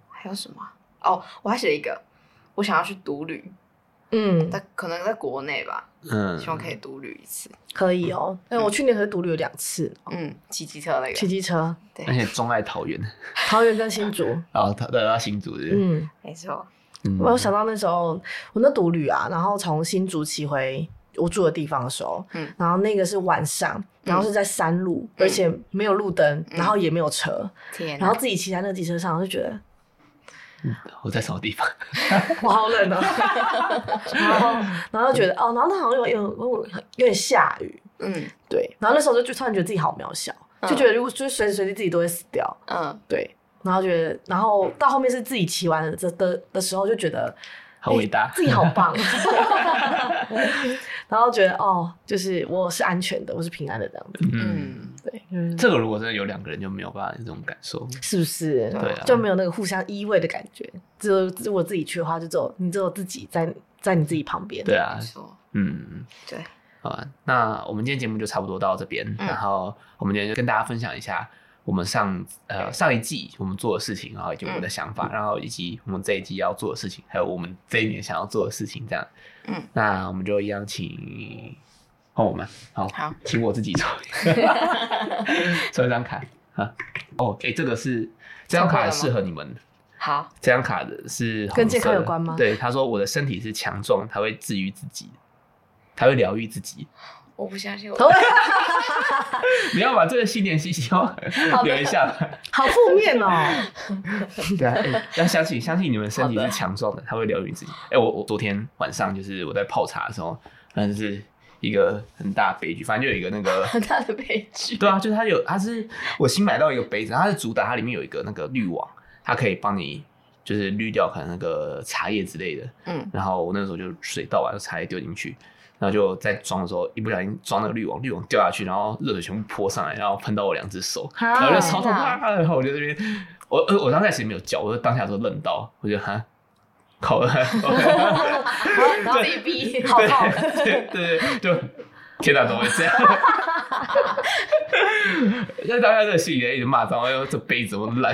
Speaker 2: 还有什么啊？哦，我还写了一个，我想要去独旅，
Speaker 1: 嗯，
Speaker 2: 在可能在国内吧，
Speaker 3: 嗯，
Speaker 2: 希望可以独旅一次。
Speaker 1: 可以哦。啊因为我去年可是独旅有两次，
Speaker 2: 嗯，骑机车那
Speaker 1: 骑
Speaker 2: 个，
Speaker 1: 机车，
Speaker 2: 对
Speaker 3: 而，且钟爱桃园
Speaker 1: 桃园跟新竹。
Speaker 3: 啊，他对他新竹人，
Speaker 1: 嗯，
Speaker 2: 没错，
Speaker 3: 嗯
Speaker 1: 我有想到那时候我那独旅啊，然后从新竹骑回我住的地方的时候，
Speaker 2: 嗯
Speaker 1: 然后那个是晚上，然后是在山路，而且没有路灯，然后也没有车，
Speaker 2: 天
Speaker 1: 然
Speaker 2: 哪
Speaker 1: 后，自己骑在那个机车上，我就觉 (laughs) 得
Speaker 3: 我在什么地方？ (laughs)
Speaker 1: 我好冷 (laughs) 哦，然后然后就觉得哦，然后那好像有有有有点下雨，
Speaker 2: 嗯
Speaker 1: 对，然后那时候就就突然觉得自己好渺小，就觉得如果就是随时随地自己都会死掉，
Speaker 2: 嗯，
Speaker 1: 对，然后觉得，然后到后面是自己骑完了这的的时候，就觉得
Speaker 3: 好伟大
Speaker 1: 哎自己好 (laughs) 棒，然后觉得哦，就是我是安全的，我是平安的这样子，
Speaker 3: 嗯，
Speaker 2: 嗯，
Speaker 1: 对，就是
Speaker 3: 这个如果真的有两个人就没有办法有这种感受，
Speaker 1: 是不是？
Speaker 3: 对啊，
Speaker 1: 就没有那个互相依偎的感觉，只有如果自己去的话，就只有你只有自己在在你自己旁边，
Speaker 3: 对啊
Speaker 2: 没，错，
Speaker 3: 嗯，
Speaker 2: 对，
Speaker 3: 好吧，那我们今天节目就差不多到这边，
Speaker 2: 嗯
Speaker 3: 然后我们今天就跟大家分享一下我们上呃上一季我们做的事情，然后以及我们的想
Speaker 2: 嗯
Speaker 3: 法，然后以及我们这一季要做的事情，还有我们这一年想要做的事情，这样。
Speaker 2: 嗯，
Speaker 3: 那我们就一样请换我们，好，
Speaker 2: 好，
Speaker 3: 请我自己抽，抽一张卡啊。哦，哎、这个是这张
Speaker 2: 抽过
Speaker 3: 卡
Speaker 2: 了吗
Speaker 3: 适合你们。
Speaker 2: 好，
Speaker 3: 这张卡的是红色的
Speaker 1: 跟健康有关吗
Speaker 3: 对，他说我的身体是强壮，它会治愈自己，它会疗愈自己。
Speaker 2: 我不相信我，
Speaker 3: 你要把这个新年新希望 (laughs) 留一下
Speaker 1: (laughs)
Speaker 3: 吧，
Speaker 1: (laughs) 好负面
Speaker 3: (laughs)
Speaker 1: 哦，
Speaker 3: 对啊，哎要相信相信你们身体
Speaker 2: 好的
Speaker 3: 是强壮的，它会疗愈自己。哎、我我昨天晚上就是我在泡茶的时候，反正是一个很大的悲剧，反正就有一个那个
Speaker 2: 很大的
Speaker 1: (laughs)
Speaker 2: 悲剧，
Speaker 3: 对啊，就是它有，它是我新买到一个杯子，它是主打它里面有一个那个滤网，它可以帮你就是滤掉可能那个茶叶之类的。
Speaker 2: 嗯
Speaker 3: 然后我那时候就水倒完，茶叶丢进去，然后就在装的时候一不小心装那个滤网，滤网掉下去，然后热水全部泼上来，然后喷到我两只手，
Speaker 1: 啊
Speaker 3: 然后就超痛
Speaker 2: 天哪
Speaker 3: 啊！然后 (laughs) 我就这边，我呃我当下其实没有叫，我就当下说愣到，我就哈。靠！
Speaker 2: 然后自己逼，
Speaker 1: 好痛，
Speaker 3: 对对对，
Speaker 1: (laughs)
Speaker 3: 就天哪，怎么会这样？ (laughs) 那当下这个心里一直骂脏话，哎呦这杯子怎么烂？ (laughs)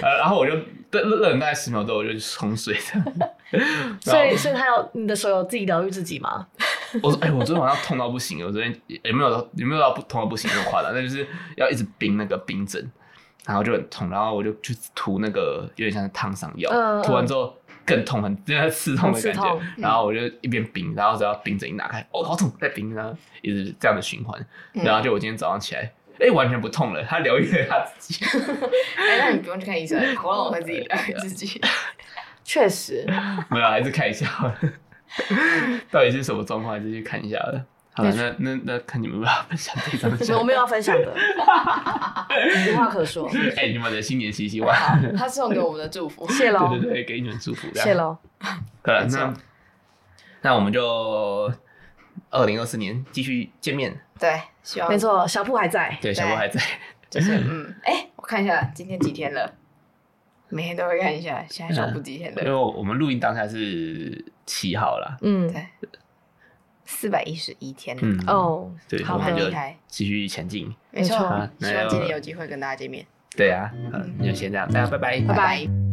Speaker 3: 呃，然后我就愣愣了大概十秒之后，我就去冲水这样。
Speaker 1: 所
Speaker 3: 然
Speaker 1: 以
Speaker 3: 后
Speaker 1: 所以他有你的手有自己疗愈自己吗？
Speaker 3: 我说，哎、我昨天晚上痛到不行，我昨天也也没有到，也没有到不痛到不行那么夸张，但就是要一直冰那个冰枕，然后就很痛，然后我就去涂那个有点像是烫伤药，
Speaker 1: 嗯
Speaker 3: 涂完之后更痛，很真的刺痛
Speaker 1: 很
Speaker 3: 的感
Speaker 1: 刺痛嗯
Speaker 3: 觉，然后我就一边冰，然后只要冰枕一拿开，哦，好痛，再冰，然后一直这样的循环，
Speaker 2: 嗯
Speaker 3: 然后就我今天早上起来。哎、完全不痛了，他疗愈了他自己。 (laughs)
Speaker 2: 哎，那你不用去看医生，喉咙会自己疗愈
Speaker 1: (laughs)
Speaker 2: 自己，
Speaker 1: 确
Speaker 3: (laughs)
Speaker 1: 实，
Speaker 3: 没有，啊还是看一下好了， (laughs) 到底是什么状况，还是去看一下了。好了，
Speaker 1: 没
Speaker 3: 那那那看你们有没有要分享这张
Speaker 1: 没有我没有要分享的，无话可
Speaker 3: (laughs)
Speaker 1: 说，
Speaker 3: 哎、你们的新年新
Speaker 2: (laughs)
Speaker 3: 希望，
Speaker 2: 他送给我们的祝福，
Speaker 1: 谢喽
Speaker 3: 对，对对，给你们祝福。这样
Speaker 1: 谢。喽。
Speaker 3: 对啊，
Speaker 2: 没错
Speaker 3: 那那我们就二零二四年继续见面。
Speaker 2: 对，希望
Speaker 1: 没，错，小铺还在，
Speaker 3: 对，小波
Speaker 2: 对
Speaker 3: 还在。 (laughs)
Speaker 2: 就是嗯，哎，我看一下今天几天了，每天都会看一下，现在小布几天
Speaker 3: 因为
Speaker 2: 了，
Speaker 3: 我们录音当下是七号啦，
Speaker 1: 嗯，
Speaker 2: 对，四百一十一天了，
Speaker 3: 嗯，，
Speaker 1: 哦，
Speaker 3: 对，
Speaker 1: 好
Speaker 3: 我们
Speaker 1: 的，
Speaker 3: 就啊
Speaker 2: 厉害
Speaker 3: 继续前进。
Speaker 2: 没错
Speaker 1: 没错，
Speaker 2: 希望今年有机会跟大家见面，
Speaker 3: 对啊，嗯，那就先这样，大家拜拜，
Speaker 1: 拜拜。